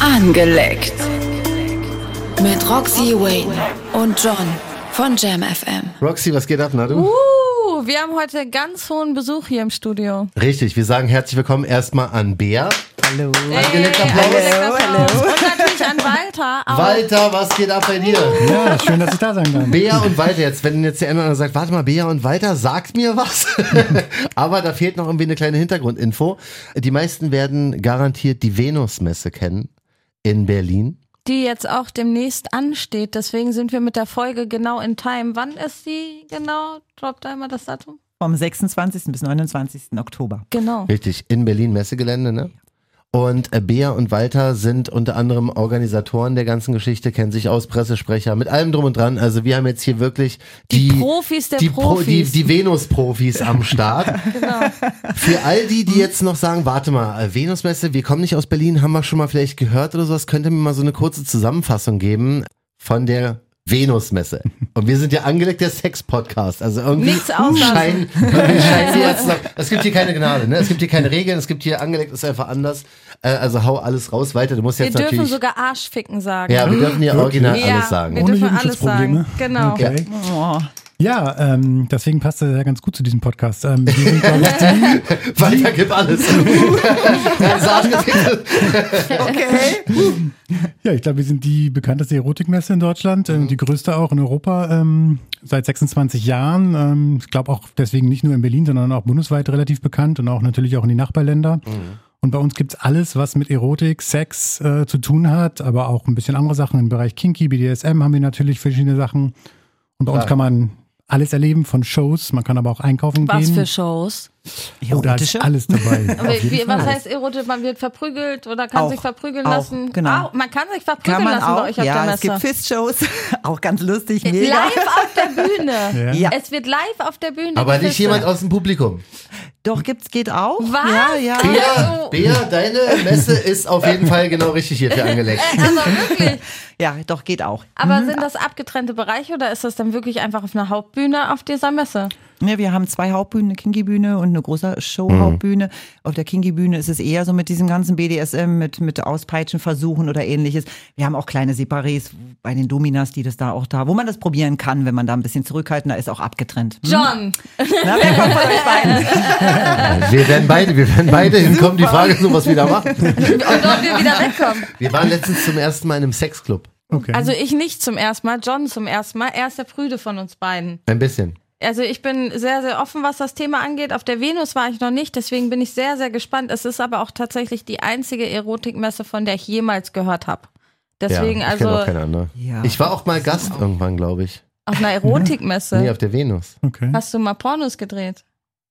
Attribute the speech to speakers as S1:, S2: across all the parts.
S1: Angeleckt. Mit Roxy Wayne und John von Jam FM.
S2: Roxy, was geht ab, na du?
S3: Uh, wir haben heute ganz hohen Besuch hier im Studio.
S2: Richtig, wir sagen herzlich willkommen erstmal an Bea.
S4: Hallo.
S2: Angelegter Applaus.
S3: Hallo, hallo. Und natürlich an Walter. Auch.
S2: Walter, was geht ab bei dir?
S4: Ja, schön, dass ich da sein kann.
S2: Bea und Walter jetzt, wenn jetzt der andere sagt, warte mal, Bea und Walter, sagt mir was. Aber da fehlt noch irgendwie eine kleine Hintergrundinfo. Die meisten werden garantiert die Venus-Messe kennen in Berlin.
S3: Die jetzt auch demnächst ansteht. Deswegen sind wir mit der Folge genau in Time. Wann ist die genau? Droppt einmal das Datum.
S4: Vom 26. bis 29. Oktober.
S5: Oh,
S3: Genau.
S2: Richtig, in Berlin Messegelände, ne? Und äh, Bea und Walter sind unter anderem Organisatoren der ganzen Geschichte, kennen sich aus, Pressesprecher, mit allem drum und dran. Also wir haben jetzt hier wirklich die,
S3: Die Profis der
S2: die die,
S3: Profis.
S2: die Venus-Profis am Start.
S3: Genau.
S2: Für all die, die jetzt noch sagen, warte mal, äh, Venusmesse, wir kommen nicht aus Berlin, haben wir schon mal vielleicht gehört oder sowas, könnt ihr mir mal so eine kurze Zusammenfassung geben von der Venusmesse. Und wir sind ja angelegt der Sex-Podcast. Also irgendwie
S3: Nichts auslassen.
S2: scheinen, irgendwie scheinen wir jetzt noch, es gibt hier keine Gnade, ne? es gibt hier keine Regeln, es gibt hier angelegt, ist einfach anders. Äh, Also hau alles raus, weiter, du musst
S3: Wir
S2: jetzt
S3: dürfen
S2: natürlich...
S3: sogar Arschficken sagen.
S2: ja, wir dürfen hier original
S3: Ja,
S2: alles
S3: Wir
S2: sagen.
S4: Ohne
S3: dürfen alles sagen.
S4: Jugendschutzprobleme.
S3: Genau.
S4: Okay.
S3: Oh.
S5: Ja, ähm, deswegen passt das ja ganz gut zu diesem Podcast. Ähm, wir sind, glaub ich,
S2: Weiter, gib alles. Ja, sag-
S5: ja, ich glaube, wir sind die bekannteste Erotikmesse in Deutschland, ähm, die größte auch in Europa ähm, seit 26 Jahren. Ähm, ich glaube auch deswegen nicht nur in Berlin, sondern auch bundesweit relativ bekannt und auch natürlich auch in die Nachbarländer. Und bei uns gibt's alles, was mit Erotik, Sex äh, zu tun hat, aber auch ein bisschen andere Sachen im Bereich Kinky, BDSM haben wir natürlich verschiedene Sachen. Und bei uns kann man alles erleben von Shows, man kann aber auch einkaufen
S3: Was
S5: gehen.
S3: für Shows?
S5: oh, da ist
S4: Erotische?
S5: alles dabei. Auf
S3: Wie,
S5: jeden
S3: wie, was
S5: Fall.
S3: heißt erotisch? Man wird verprügelt oder kann
S4: Auch,
S3: sich verprügeln
S4: auch,
S3: lassen?
S4: genau.
S3: Au, man kann sich verprügeln
S4: Kann man
S3: lassen bei
S4: auch.
S3: euch auf
S4: Ja,
S3: der
S4: es gibt
S3: Messe.
S4: Fistshows. Auch ganz lustig. Mega.
S3: Live auf der Bühne.
S4: Ja,
S3: Es wird live auf der Bühne.
S2: Aber nicht
S3: gefistet.
S2: jemand aus dem Publikum.
S4: doch, gibt's, geht auch.
S3: Was?
S4: Ja, ja.
S2: Bea, Bea, deine Messe ist auf jeden Fall genau richtig hierfür angelegt.
S3: Aber wirklich.
S4: Ja, doch, geht auch.
S2: Mhm.
S3: Aber sind das abgetrennte Bereiche oder ist das dann wirklich einfach auf einer Hauptbühne auf dieser Messe?
S4: Ja, wir haben zwei Hauptbühnen, eine Kingi-Bühne und eine große Show-Hauptbühne.
S5: Mhm.
S4: Auf der Kingi-Bühne ist es eher so mit diesem ganzen BDSM, mit, mit Auspeitschenversuchen oder ähnliches. Wir haben auch kleine Separés bei den Dominas, die das da auch da, wo man das probieren kann, wenn man da ein bisschen zurückhaltender ist, auch abgetrennt.
S2: Mhm.
S4: Hm?
S3: John,
S4: Na, wer kommt von euch beiden?
S2: Äh, Wir werden beide, wir werden beide hinkommen. Die Frage ist nur, was wir da machen.
S3: und ob wir wieder wegkommen.
S2: Wir waren letztens zum ersten Mal in einem Sexclub.
S5: Okay.
S3: Also ich nicht zum ersten Mal, John zum ersten Mal. Er ist der Prüde von uns beiden.
S2: Ein bisschen.
S3: Also ich bin sehr, sehr offen, was das Thema angeht. Auf der Venus war ich noch nicht, deswegen bin ich sehr, sehr gespannt. Es ist aber auch tatsächlich die einzige Erotikmesse, von der ich jemals gehört habe. Deswegen
S2: ja, ich kenne auch
S3: also
S2: keine andere.
S4: Ja.
S2: Ich war auch mal Gast irgendwann, glaube ich.
S3: auf einer
S2: Nee,
S3: Erotikmesse.
S2: auf der Venus.
S5: okay.
S3: Hast du mal Pornos gedreht?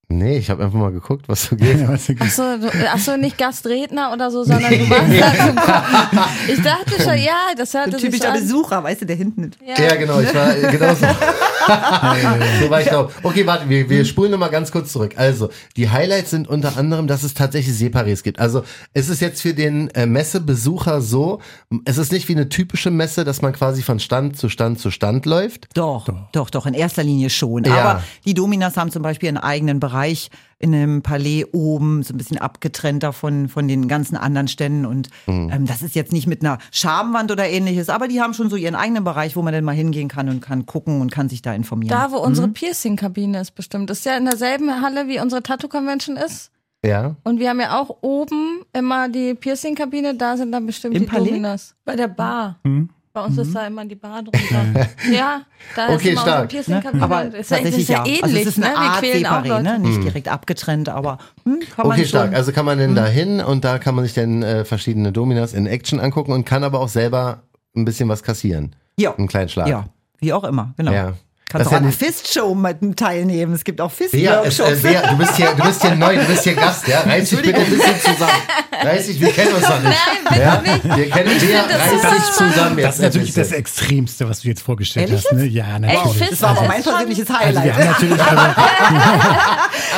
S2: Nee, ich habe einfach mal geguckt, was so geht.
S5: Ja, weiß ich
S3: Ach so, du, ach so, nicht Gastredner oder so, sondern du warst da zum Gucken. Ich dachte schon, ja, das
S4: Ein
S3: hörte sich so
S4: typischer
S3: an.
S4: Besucher, weißt du, der hinten.
S3: Ja.
S2: Ja, genau, ich war äh, genauso. so war ich drauf. Okay, warte, wir, wir spulen nochmal ganz kurz zurück. Also, die Highlights sind unter anderem, dass es tatsächlich Separés gibt. Also, es ist jetzt für den äh, Messebesucher so, es ist nicht wie eine typische Messe, dass man quasi von Stand zu Stand zu Stand läuft.
S4: Doch, doch, doch, in erster Linie schon.
S2: Ja.
S4: Aber die Dominas haben zum Beispiel einen eigenen Bereich in einem Palais oben, so ein bisschen abgetrennt davon, von den ganzen anderen Ständen. Und
S2: Mhm.
S4: ähm, das ist jetzt nicht mit einer Schamwand oder ähnliches, aber die haben schon so ihren eigenen Bereich, wo man dann mal hingehen kann und kann gucken und kann sich da informieren.
S3: Da, wo unsere Piercing-Kabine ist bestimmt. Ist ja in derselben Halle, wie unsere Tattoo-Convention ist.
S2: Ja.
S3: Und wir haben ja auch oben immer die Piercing-Kabine, da sind dann bestimmt
S4: Im
S3: die
S4: Palais?
S3: Dominas. Bei der Bar. Bei uns ist da immer die Bar drunter. ja,
S2: Okay,
S3: da ist immer unsere
S2: stark.
S3: Piercing-Kabine.
S4: aber
S3: ist, ja-
S4: tatsächlich
S3: ist ja
S4: ja.
S3: ähnlich,
S4: also es ist eine
S3: ne? Wir
S4: Art
S3: quälen auch
S4: Separé,
S3: Leute.
S4: ne? nicht direkt abgetrennt, aber hm, kann man
S2: Mhm. Okay,
S4: schon. Mhm.
S2: stark. Also kann man denn da hin und da kann man sich dann äh, verschiedene Dominas in Action angucken und kann aber auch selber ein bisschen was kassieren.
S4: Ja.
S2: Einen kleinen Schlag.
S4: ja, wie auch immer, genau.
S2: Ja. Das
S4: Kannst auch an
S2: ja
S4: einer
S2: nicht-
S4: Fist-Show mit teilnehmen. Es gibt auch
S2: Bea, es, äh,
S4: Fist-Workshops.
S2: Bea, du bist hier, du bist hier neu, du bist hier Gast, ja? Reiß dich bitte ein bisschen zusammen. Reiß dich, wir kennen uns noch nicht. ja? Wir kennen Bea, reiß dich zusammen
S5: Das
S2: jetzt.
S5: ist natürlich
S2: ein
S5: das
S2: bisschen.
S5: Extremste, was du jetzt vorgestellt
S4: Ehrlich
S5: hast. Ne? Ja, natürlich.
S3: Fist-
S4: Das war aber mein
S3: ist schon-
S4: persönliches
S5: also wir
S4: Highlight.
S5: haben natürlich, also,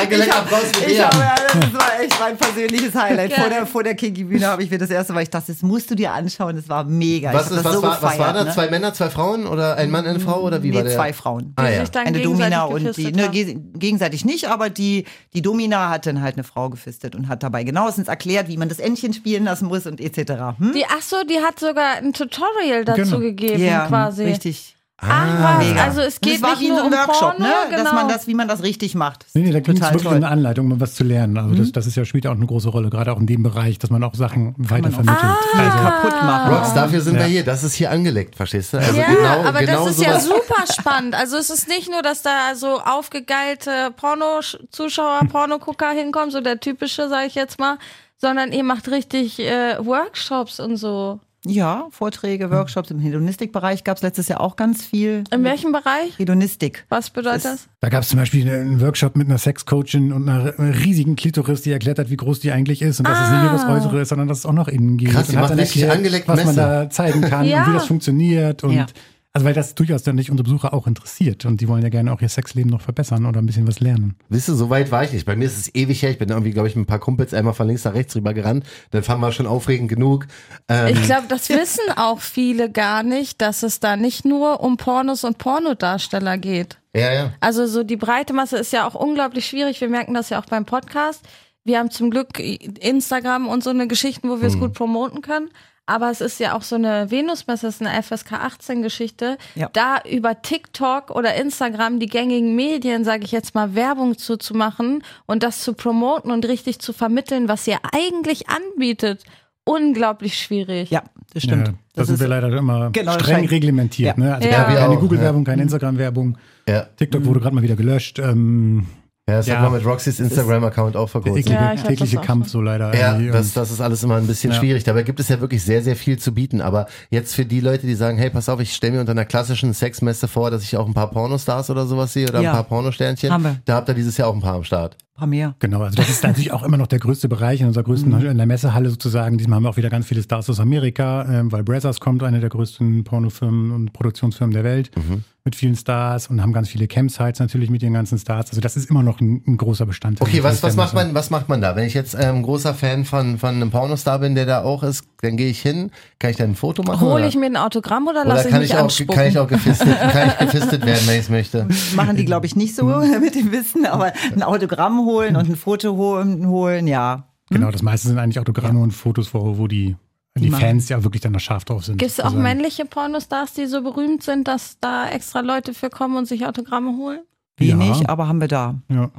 S2: Angelegt Applaus für
S4: Ich
S2: Bea.
S4: habe, ja, das war echt mein persönliches Highlight. Vor
S3: Geil.
S4: der, vor der Kinky-Bühne habe ich mir das erste Mal, ich dachte, das musst du dir anschauen. Das war mega.
S2: Was,
S4: ich
S2: ist,
S4: habe
S2: was,
S4: das so
S2: war, was
S4: gefeiert,
S2: war da?
S4: ne?
S2: Zwei Männer, zwei Frauen oder ein Mann, eine Frau oder wie war
S4: Nee,
S2: der?
S4: zwei Frauen. Frauen.
S2: Ah, ja.
S3: sich dann
S4: Eine
S3: gegenseitig
S4: Domina und die,
S3: gefistet
S4: ne,
S3: haben.
S4: ge- gegenseitig nicht, aber die, die Domina hat dann halt eine Frau gefistet und hat dabei genauestens erklärt, wie man das Entchen spielen lassen muss und etc. Hm?
S3: Die, ach so, die hat sogar ein Tutorial dazu
S5: Genau.
S3: gegeben,
S4: Ja,
S3: quasi.
S4: richtig. Ah.
S3: Ach was,
S4: Mega.
S3: also es
S4: Und
S3: geht
S4: es war
S3: nicht
S4: wie in
S3: nur
S4: so einem
S3: um
S4: Workshop,
S3: Porno,
S4: ne?
S3: genau.
S4: Dass man das, wie man das richtig macht.
S5: Nee, nee, da ging es
S4: Total
S5: wirklich
S4: toll.
S5: um eine Anleitung, um was zu lernen. Also das, das ist ja, spielt auch eine große Rolle, gerade auch in dem Bereich, dass man auch Sachen weitervermittelt. Also,
S3: Ah.
S4: kaputt machen.
S2: Rox, dafür sind wir hier. Das ist hier angelegt, verstehst du? Also
S3: ja,
S2: genau,
S3: aber
S2: genau
S3: das ist ja
S2: sowas.
S3: super spannend. Also es ist nicht nur, dass da so aufgegeilte Porno-Zuschauer, Pornogucker hinkommen, so der typische, sage ich jetzt mal, sondern ihr macht richtig äh, Workshops und so.
S4: Ja, Vorträge, Workshops im Hedonistikbereich gab es letztes Jahr auch ganz viel.
S2: Mhm.
S3: In welchem Bereich?
S4: Hedonistik.
S3: Was bedeutet das?
S5: da gab es zum Beispiel einen Workshop mit einer Sexcoachin und einer riesigen Klitoris, die erklärt hat, wie groß die eigentlich ist und dass es nicht nur das Äußere ist, sondern dass es auch nach innen geht.
S2: Krass, die
S5: und hat
S2: macht
S5: dann
S2: richtig
S5: erklärt,
S2: angelegt
S5: was man
S2: Messer.
S5: da zeigen kann
S3: Ja.
S5: und wie das funktioniert. Und
S4: Ja.
S5: Also weil das durchaus dann nicht unsere Besucher auch interessiert und die wollen ja gerne auch ihr Sexleben noch verbessern oder ein bisschen was lernen.
S2: Wisst ihr, so weit war ich nicht. Bei mir ist es ewig her. Ich bin irgendwie, glaube ich, mit ein paar Kumpels einmal von links nach rechts rüber gerannt. Dann fanden wir schon aufregend genug. Ähm,
S3: Ich glaube, das wissen auch viele gar nicht, dass es da nicht nur um Pornos und Pornodarsteller geht.
S2: Äh, ja, ja.
S3: Also so die breite Masse ist ja auch unglaublich schwierig. Wir merken das ja auch beim Podcast. Wir haben zum Glück Instagram und so eine Geschichten, wo wir
S2: Mhm.
S3: es gut promoten können. Aber es ist ja auch so eine Venusmesse, es ist eine FSK 18 Geschichte.
S4: Ja.
S3: Da über TikTok oder Instagram die gängigen Medien, sage ich jetzt mal, Werbung zuzumachen und das zu promoten und richtig zu vermitteln, was ihr eigentlich anbietet, unglaublich schwierig.
S4: Ja, das stimmt.
S5: Ja, da sind wir leider immer
S4: Genau,
S5: streng
S4: scheint-
S5: reglementiert.
S4: Ja.
S5: Ne? Also
S3: Ja.
S5: keine-
S2: Wir
S5: keine
S2: auch,
S5: Google-Werbung, keine Instagram-Werbung.
S2: Ja.
S5: TikTok wurde gerade mal wieder gelöscht. Ähm,
S2: Ja, das hat
S5: Ja.
S2: man mit Roxys Instagram-Account auch vor
S5: der
S2: kurzem.
S5: eklige,
S3: Ja, ich hab
S5: tägliche
S3: das auch
S5: Kampf so leider.
S2: Ja,
S5: irgendwie.
S2: das, das ist alles immer ein bisschen
S5: Ja.
S2: schwierig. Dabei gibt es ja wirklich sehr, sehr viel zu bieten. Aber jetzt für die Leute, die sagen, hey, pass auf, ich stelle mir unter einer klassischen Sexmesse vor, dass ich auch ein paar Pornostars oder sowas sehe oder
S4: Ja.
S2: ein paar Pornosternchen.
S4: Haben wir.
S2: Da habt ihr dieses Jahr auch ein paar am Start.
S4: Ein paar mehr.
S5: Genau, also das ist natürlich auch immer noch der größte Bereich in unserer größten
S3: Mhm.
S5: in der Messehalle sozusagen. Diesmal haben wir auch wieder ganz viele Stars aus Amerika, ähm, weil Brazzers kommt, eine der größten Pornofirmen und Produktionsfirmen der Welt,
S2: Mhm.
S5: mit vielen Stars und haben ganz viele Campsites natürlich mit den ganzen Stars. Also das ist immer noch ein, ein großer Bestandteil.
S2: Okay, was, was,
S5: der
S2: macht
S5: Messe.
S2: man, was macht man da? Wenn ich jetzt ähm, großer Fan von, von einem Pornostar bin, der da auch ist, dann gehe ich hin. Kann ich da ein Foto machen?
S3: Hole
S2: oder?
S3: ich mir ein Autogramm oder
S2: oder
S3: lasse ich
S2: kann
S3: mich
S2: ich, auch,
S3: anspucken?
S2: kann ich auch gefistet, kann ich gefistet werden, wenn ich es möchte?
S4: Machen die, glaube ich, nicht so mit dem Wissen, aber ein Autogramm holen und ein Foto holen, holen ja.
S5: Genau, das meiste sind eigentlich Autogramme und Fotos, wo, wo die, die,
S4: machen-
S5: Fans ja wirklich dann noch scharf drauf sind.
S3: Gibt es auch
S5: sozusagen.
S3: männliche Pornostars, die so berühmt sind, dass da extra Leute für kommen und sich Autogramme holen?
S4: Wenig,
S5: Ja.
S4: aber haben wir da.
S5: Ja,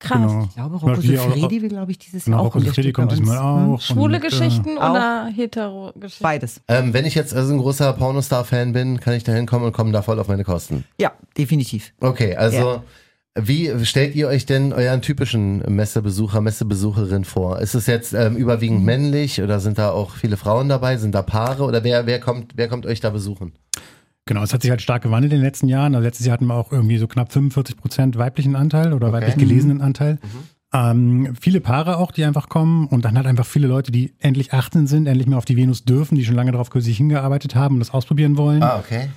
S3: Krass.
S5: genau.
S4: Ich glaube,
S5: Zum
S4: Rocco
S5: Beispiel auch-
S4: Siffredi will, glaube ich, dieses Jahr
S5: Genau,
S4: auch
S5: Rocco Siffredi kommt diesmal
S4: Hm?
S5: auch.
S3: Schwule
S5: und, äh,
S3: Geschichten
S4: Auch.
S3: oder hetero Geschichten?
S4: Beides.
S2: Ähm, wenn ich jetzt also ein großer Pornostar-Fan bin, kann ich da hinkommen und komme da voll auf meine Kosten.
S4: Ja, definitiv.
S2: Okay, also wie stellt ihr euch denn euren typischen Messebesucher, Messebesucherin vor? Ist es jetzt ähm, überwiegend männlich oder sind da auch viele Frauen dabei? Sind da Paare oder wer, wer, kommt, wer kommt euch da besuchen?
S5: Genau, es hat sich halt stark gewandelt in den letzten Jahren. Also letztes Jahr hatten wir auch irgendwie so knapp 45 Prozent weiblichen Anteil oder weiblich gelesenen Anteil. Ähm, viele Paare auch, die einfach kommen und dann halt einfach viele Leute, die endlich 18 sind, endlich mal auf die Venus dürfen, die schon lange darauf sich hingearbeitet haben und das ausprobieren wollen.
S2: Ah, okay.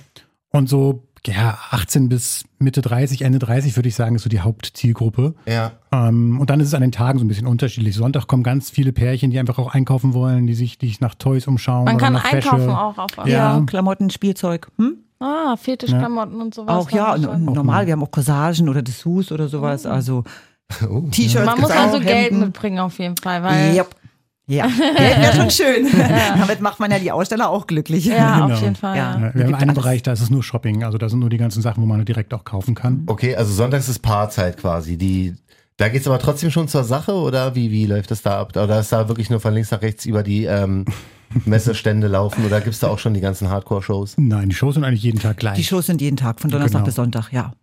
S5: Und so, ja, 18 bis Mitte 30, Ende 30 würde ich sagen, ist so die Hauptzielgruppe.
S2: Ja.
S5: Ähm, und dann ist es an den Tagen so ein bisschen unterschiedlich. Sonntag kommen ganz viele Pärchen, die einfach auch einkaufen wollen, die sich, die sich nach Toys umschauen.
S3: Man
S5: oder
S3: kann
S5: nach
S3: einkaufen
S5: Wäsche.
S3: auch auf
S5: Ja.
S4: Ja, Klamotten, Spielzeug. Hm?
S3: Ah, Fetischklamotten und sowas.
S4: Auch ja,
S3: haben wir schon.
S4: und normal, wir haben auch Corsagen oder Dessous oder sowas. Also T-Shirts.
S3: Man muss
S4: gibt's
S3: also
S4: auch,
S3: Geld
S4: Hemden.
S3: mitbringen auf jeden Fall, weil
S4: Yep. Ja, Geld wäre schon schön. Damit macht man ja die Aussteller auch glücklich.
S3: ja, auf
S5: Genau.
S3: jeden Fall. Ja.
S4: Ja.
S5: Ja, wir haben
S4: Gibt
S5: einen
S4: alles.
S5: Bereich, da ist es nur Shopping. Also da sind nur die ganzen Sachen, wo man direkt auch kaufen kann.
S2: Okay, also sonntags ist Paarzeit quasi. Die, da geht's aber trotzdem schon zur Sache oder wie, wie läuft das da ab? Oder ist da wirklich nur von links nach rechts über die ähm, Messestände laufen oder gibt's da auch schon die ganzen Hardcore-Shows?
S5: Nein, die Shows sind eigentlich jeden Tag gleich.
S4: Die Shows sind jeden Tag, von Donnerstag
S5: Genau.
S4: bis Sonntag, ja. Von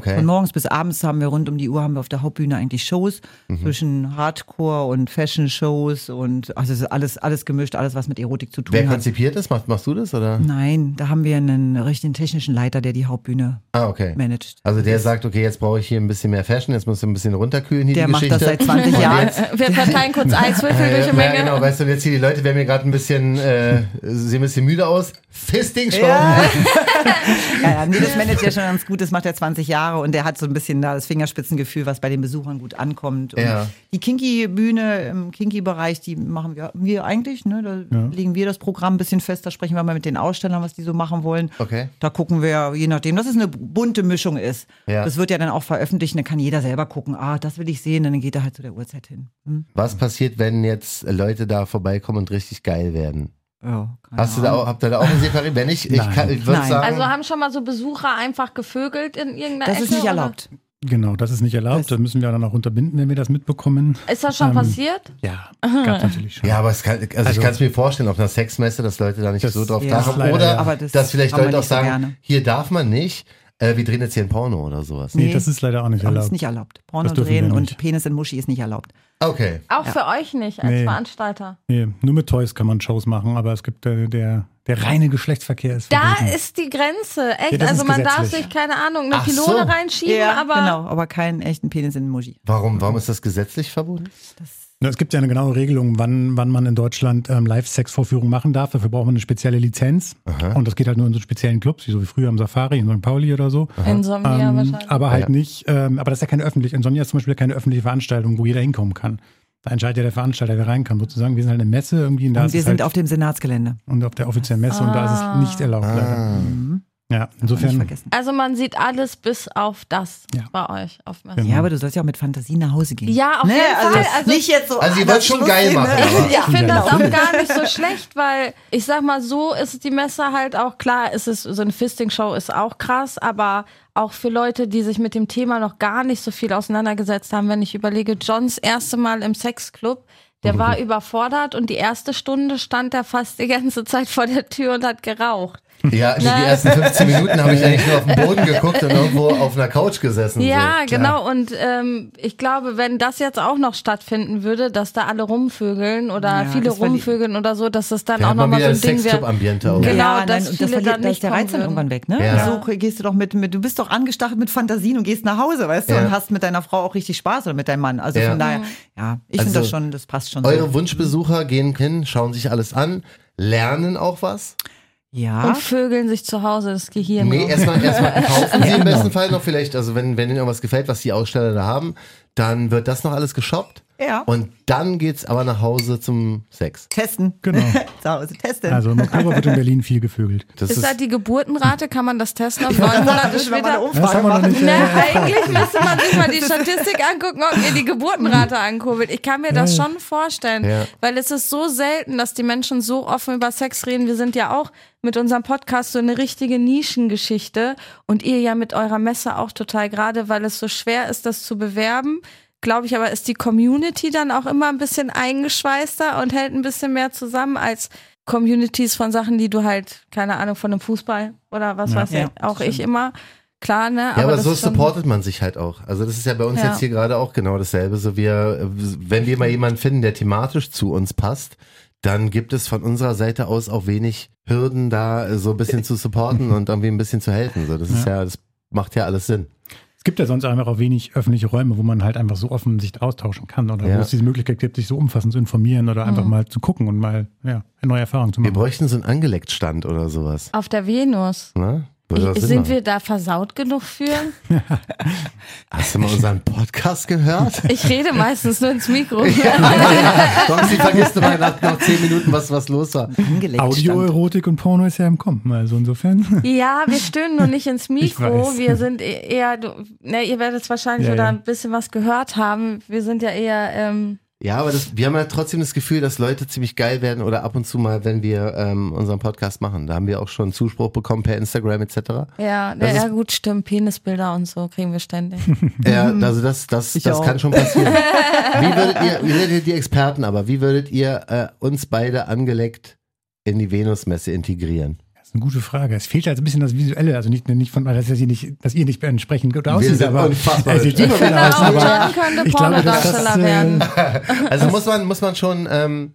S2: Okay.
S4: morgens bis abends haben wir rund um die Uhr haben wir auf der Hauptbühne eigentlich Shows
S2: Mhm.
S4: zwischen Hardcore und Fashion Shows und also es ist alles alles gemischt, alles was mit Erotik zu tun
S2: Wer
S4: hat.
S2: konzipiert das? Macht, machst du das oder?
S4: Nein, da haben wir einen richtigen technischen Leiter, der die Hauptbühne
S2: Ah, okay.
S4: managt.
S2: Also der sagt, okay, jetzt brauche ich hier ein bisschen mehr Fashion, jetzt muss ich ein bisschen runterkühlen hier
S4: Der
S2: die
S4: macht
S2: Geschichte.
S4: das seit 20
S2: Und
S4: Jahren.
S2: jetzt-
S3: Wir verteilen kurz Eiswürfel durch die
S2: Ja,
S3: Menge.
S2: genau, weißt du, und jetzt hier die Leute werden mir gerade ein bisschen, äh, sehen ein bisschen müde aus. Fisting schon.
S4: Äh, Ja, ja, nee, das managt er schon ganz gut, das macht er 20 Jahre Jahre und der hat so ein bisschen da das Fingerspitzengefühl, was bei den Besuchern gut ankommt. Und
S2: Ja.
S4: Die Kinky-Bühne im Kinky-Bereich, die machen wir, wir eigentlich, ne? da legen wir das Programm ein bisschen fest, da sprechen wir mal mit den Ausstellern, was die so machen wollen.
S2: Okay.
S4: Da gucken wir, je nachdem, dass es eine bunte Mischung ist.
S2: Ja.
S4: Das wird ja dann auch veröffentlicht, und dann kann jeder selber gucken, ah, das will ich sehen, und dann geht er halt zu der Uhrzeit hin. Hm?
S2: Was passiert, wenn jetzt Leute da vorbeikommen und richtig geil werden?
S4: Ja, keine
S2: Hast du da
S4: Ahnung.
S2: auch, habt ihr da auch einen Separé? Wenn nicht, ich,
S5: Nein.
S2: kann- ich würde
S4: Nein.
S2: sagen,
S3: Also haben schon mal so Besucher einfach gevögelt in irgendeiner
S4: Das
S3: Ecke?
S4: ist nicht
S3: oder?
S4: erlaubt.
S5: Genau, das ist nicht erlaubt. Das müssen wir dann auch unterbinden, wenn wir das mitbekommen.
S3: Ist das schon
S5: Ähm,
S3: passiert?
S5: Ja, gab's natürlich schon.
S2: ja, aber es kann, also ich
S5: Also-
S2: kann es mir vorstellen, auf einer Sexmesse, dass Leute da nicht
S5: Das-
S2: so drauf
S4: Ja.
S2: da haben.
S5: Leider,
S2: Oder,
S5: ja.
S4: Aber das
S2: dass vielleicht
S4: haben wir
S2: Leute auch
S4: nicht so
S2: sagen,
S4: gerne.
S2: hier darf man nicht, äh, wir drehen jetzt hier ein Porno oder sowas.
S5: Nee, das ist leider auch nicht
S4: Aber
S5: erlaubt.
S4: das ist nicht erlaubt. Porno
S5: Das dürfen
S4: drehen
S5: wir
S4: und
S5: nicht.
S4: Penis in Muschi ist nicht erlaubt.
S2: Okay.
S3: Auch für euch nicht als
S5: Nee.
S3: Veranstalter.
S5: Nee, nur mit Toys kann man Shows machen, aber es gibt äh, der, der reine Geschlechtsverkehr ist
S3: Da
S5: verboten.
S3: ist die Grenze, echt.
S5: Ja, das
S3: also
S5: ist
S3: man darf
S5: gesetzlich.
S3: sich, keine Ahnung, eine
S2: Ach
S3: Pylone
S2: so.
S3: reinschieben, aber
S4: genau, aber keinen echten Penis in Muschi.
S2: Warum, warum ist das gesetzlich verboten?
S5: Na, Es gibt ja eine genaue Regelung, wann, wann man in Deutschland ähm, Live-Sex-Vorführungen machen darf. Dafür braucht man eine spezielle Lizenz. Und das geht halt nur in so speziellen Clubs, wie so wie früher am Safari in St. Pauli oder so.
S3: in so einem Jahr
S5: Ähm,
S3: wahrscheinlich.
S5: aber halt
S2: Ja.
S5: nicht, ähm, aber das ist ja keine öffentliche, in Sonja ist zum Beispiel keine öffentliche Veranstaltung, wo jeder hinkommen kann. Da entscheidet ja der Veranstalter, wer rein kann, sozusagen. Wir sind halt eine Messe irgendwie und da
S4: Und
S5: ist
S4: wir
S5: es
S4: sind
S5: halt,
S4: auf Ah. dem Senatsgelände.
S5: und auf der offiziellen Messe und da ist es nicht erlaubt, leider.
S2: Ah.
S5: Ja,
S4: Nicht
S5: insofern.
S4: vergessen.
S3: Also man sieht alles bis auf das
S5: Ja. Genau.
S3: bei euch auf Messen.
S4: Ja, aber du sollst ja auch mit Fantasie nach Hause gehen.
S3: Ja, auf jeden Fall. Also-
S4: nicht jetzt so.
S2: Also, ihr
S4: ah,
S2: wollt
S4: das
S2: schon
S4: muss
S2: geil
S4: hin, ne?
S2: machen, aber-
S3: Ich finde das
S4: genau.
S3: auch gar nicht so schlecht, weil ich sag mal, so ist die Messe halt auch klar, ist es so eine Fisting-Show ist auch krass, aber auch für Leute, die sich mit dem Thema noch gar nicht so viel auseinandergesetzt haben, wenn ich überlege, Johns erste Mal im Sexclub,
S5: Oh
S3: der war überfordert und die erste Stunde stand er fast die ganze Zeit vor der Tür und hat geraucht.
S2: Ja, die, die ersten 15 Minuten habe ich eigentlich nur auf den Boden geguckt und irgendwo auf einer Couch gesessen.
S3: Ja,
S2: so.
S3: genau. Und ähm, ich glaube, wenn das jetzt auch noch stattfinden würde, dass da alle rumvögeln oder
S4: Ja,
S3: viele
S4: das war die-
S3: rumvögeln oder so, dass das dann
S2: Da
S3: auch
S2: hat man
S3: nochmal so
S2: wieder
S3: ein
S2: das
S3: Ding wäre.
S2: Sexclub-Ambiente. auch.
S3: Genau,
S4: ja,
S3: dass
S4: und
S3: viele
S4: verliert-
S3: dann
S4: da
S3: nicht
S4: ist der Reiz dann
S3: kommen
S4: irgendwann weg, ne?
S2: Ja.
S4: So gehst du doch mit, mit, du bist doch angestachelt mit Fantasien und gehst nach Hause, weißt du,
S2: Ja.
S4: und hast mit deiner Frau auch richtig Spaß oder mit deinem Mann. Also
S2: Ja.
S4: von
S3: Mhm.
S4: daher, ja, ich
S2: Also,
S4: finde das schon, das passt schon.
S2: Eure
S4: so.
S2: Wunschbesucher gehen hin, schauen sich alles an, lernen auch was.
S4: Ja,
S3: Und vögeln sich zu Hause das Gehirn.
S2: Nee,
S3: auf.
S2: erstmal erstmal kaufen
S3: Genau.
S2: sie im besten Fall noch vielleicht, also wenn, wenn ihnen irgendwas gefällt, was die Aussteller da haben, dann wird das noch alles geshoppt.
S4: Ja.
S2: Und dann geht's aber nach Hause zum Sex.
S4: testen.
S5: Genau.
S4: Zu Hause testen.
S5: Also im Oktober wird in Berlin viel gevögelt.
S2: Das
S3: ist
S2: ist,
S3: da die Geburtenrate? Kann man das testen auf neun Monate
S4: Müssen wir mal eine
S3: später?
S5: Das haben
S4: Umfrage
S5: wir noch
S4: machen.
S5: nicht.
S3: Na,
S5: Äh,
S3: eigentlich müsste man sich mal die Statistik angucken, ob ihr die Geburtenrate ankurbelt. Ich kann mir das schon vorstellen,
S2: Ja.
S3: weil es ist so selten, dass die Menschen so offen über Sex reden. Wir sind ja auch mit unserem Podcast so eine richtige Nischengeschichte und ihr ja mit eurer Messe auch total gerade, weil es so schwer ist, das zu bewerben. Glaube ich aber, ist die Community dann auch immer ein bisschen eingeschweißter und hält ein bisschen mehr zusammen als Communities von Sachen, die du halt, keine Ahnung, von einem Fußball oder was weiß ich,
S4: Ja,
S3: auch ich immer. Klar, ne?
S2: ja, aber,
S3: das
S2: so
S3: ist schon-
S2: supportet man sich halt auch. Also das ist ja bei uns
S3: Ja.
S2: jetzt hier gerade auch genau dasselbe. So wir, äh, wenn wir mal jemanden finden, der thematisch zu uns passt, dann gibt es von unserer Seite aus auch wenig Hürden, da äh, so ein bisschen zu supporten und irgendwie ein bisschen zu helfen. So, das ist ja, das macht ja alles Sinn.
S5: Es gibt ja sonst einfach auch wenig öffentliche Räume, wo man halt einfach so offen sich austauschen kann oder
S2: Ja.
S5: wo es diese Möglichkeit gibt, sich so umfassend zu informieren oder
S3: Mhm.
S5: einfach mal zu gucken und mal ja, eine neue Erfahrung zu
S2: Wir
S5: machen.
S2: bräuchten so einen Angeleckt-Stand oder sowas.
S3: Auf der Venus.
S2: Ne? Würde das Sinn
S3: Sind
S2: machen.
S3: wir da versaut genug für?
S2: Hast du mal unseren Podcast gehört?
S3: Ich rede meistens nur ins Mikro.
S2: Roxy vergisst immer nach, nach zehn Minuten, was, was los war.
S4: Angelegt stand.
S5: Audioerotik und Porno ist ja im Kommen, also insofern.
S3: Ja, wir stöhnen nur nicht ins Mikro.
S5: weiß.
S3: Wir sind e- eher, du- ne, ihr werdet wahrscheinlich
S5: Ja,
S3: oder
S5: ja.
S3: ein bisschen was gehört haben. Wir sind ja eher, ähm,
S2: Ja, aber das, wir haben ja trotzdem das Gefühl, dass Leute ziemlich geil werden oder ab und zu mal, wenn wir ähm, unseren Podcast machen. Da haben wir auch schon Zuspruch bekommen per Instagram etc.
S3: ja,
S2: Das
S3: ja
S2: ist-
S3: gut, stimmt, Penisbilder und so kriegen wir ständig.
S5: Genau,
S2: Ja, also das, das,
S4: Mhm. Ich
S2: das
S4: auch.
S2: kann schon passieren. Wie würdet ihr, ihr seid ja die Experten, aber wie würdet ihr äh, uns beide angeleckt in die Venusmesse integrieren?
S5: Das ist eine gute Frage. Es fehlt halt ein bisschen das Visuelle, also nicht, nicht von, dass ihr nicht, dass ihr nicht entsprechend gut aussieht,
S2: sind
S5: aber
S2: unfassbar
S5: Äh, sieht
S2: hübsch.
S5: super gut
S3: Genau,
S5: aus, aber
S3: John könnte
S5: ich glaube, dass das,
S3: Pornodarsteller
S5: äh,
S3: werden.
S2: Also muss man, muss man schon, ähm,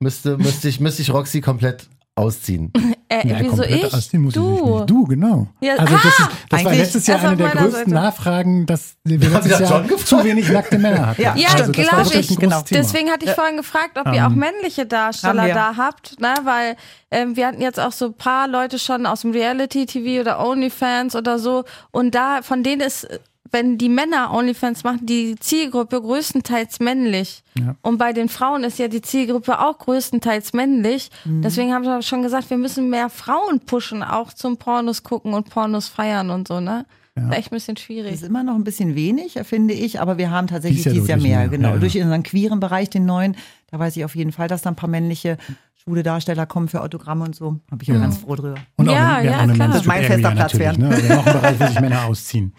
S2: müsste, müsste ich, müsste ich Roxy komplett ausziehen.
S3: Äh,
S5: Nein,
S3: wieso
S5: komplett
S3: ich?
S5: aus dem muss ich
S3: Du.
S5: mich nicht. Du, genau.
S3: Ja,
S5: also das, ist, das war
S4: eigentlich
S5: letztes Jahr
S3: erst auf
S5: eine der
S3: meiner
S5: größten
S3: Seite.
S5: Nachfragen, dass wir
S2: wieder
S5: letztes Jahr
S2: John gefragt?
S5: zu wenig nackte Männer hatten.
S4: Ja,
S3: Ja,
S4: Also, das war
S3: glaube ich.
S4: wirklich ein großes Ähm,
S3: Genau.
S4: genau.
S5: Thema.
S3: Deswegen hatte ich vorhin gefragt, ob ihr auch männliche Darsteller
S4: haben wir.
S3: da habt, ne? weil ähm, wir hatten jetzt auch so ein paar Leute schon aus dem Reality-TV oder OnlyFans oder so und da, von denen ist, wenn die Männer OnlyFans machen, die Zielgruppe größtenteils männlich. Und bei den Frauen ist ja die Zielgruppe auch größtenteils männlich.
S4: Mhm.
S3: Deswegen haben wir schon gesagt, wir müssen mehr Frauen pushen, auch zum Pornos gucken und Pornos feiern und so, ne? Das ist echt ein bisschen schwierig.
S4: ist immer noch ein bisschen wenig, finde ich, aber wir haben
S5: Dies
S4: tatsächlich
S5: Jahr
S4: dieses Jahr
S5: deutlich
S4: mehr,
S5: mehr,
S4: genau.
S5: ja, ja.
S4: Durch unseren queeren Bereich, den neuen, da weiß ich auf jeden Fall, dass da ein paar männliche schwule Darsteller kommen für Autogramme und so. Bin ich auch ganz froh drüber.
S5: Und auch
S3: Ja,
S5: eine, wir
S3: ja,
S5: haben auch eine
S3: klar.
S5: Men's
S4: Das ist mein
S5: Area
S4: fester Platz
S5: natürlich,
S4: werden.
S5: Ne? Also auch ein Bereich, wo sich Männer ausziehen.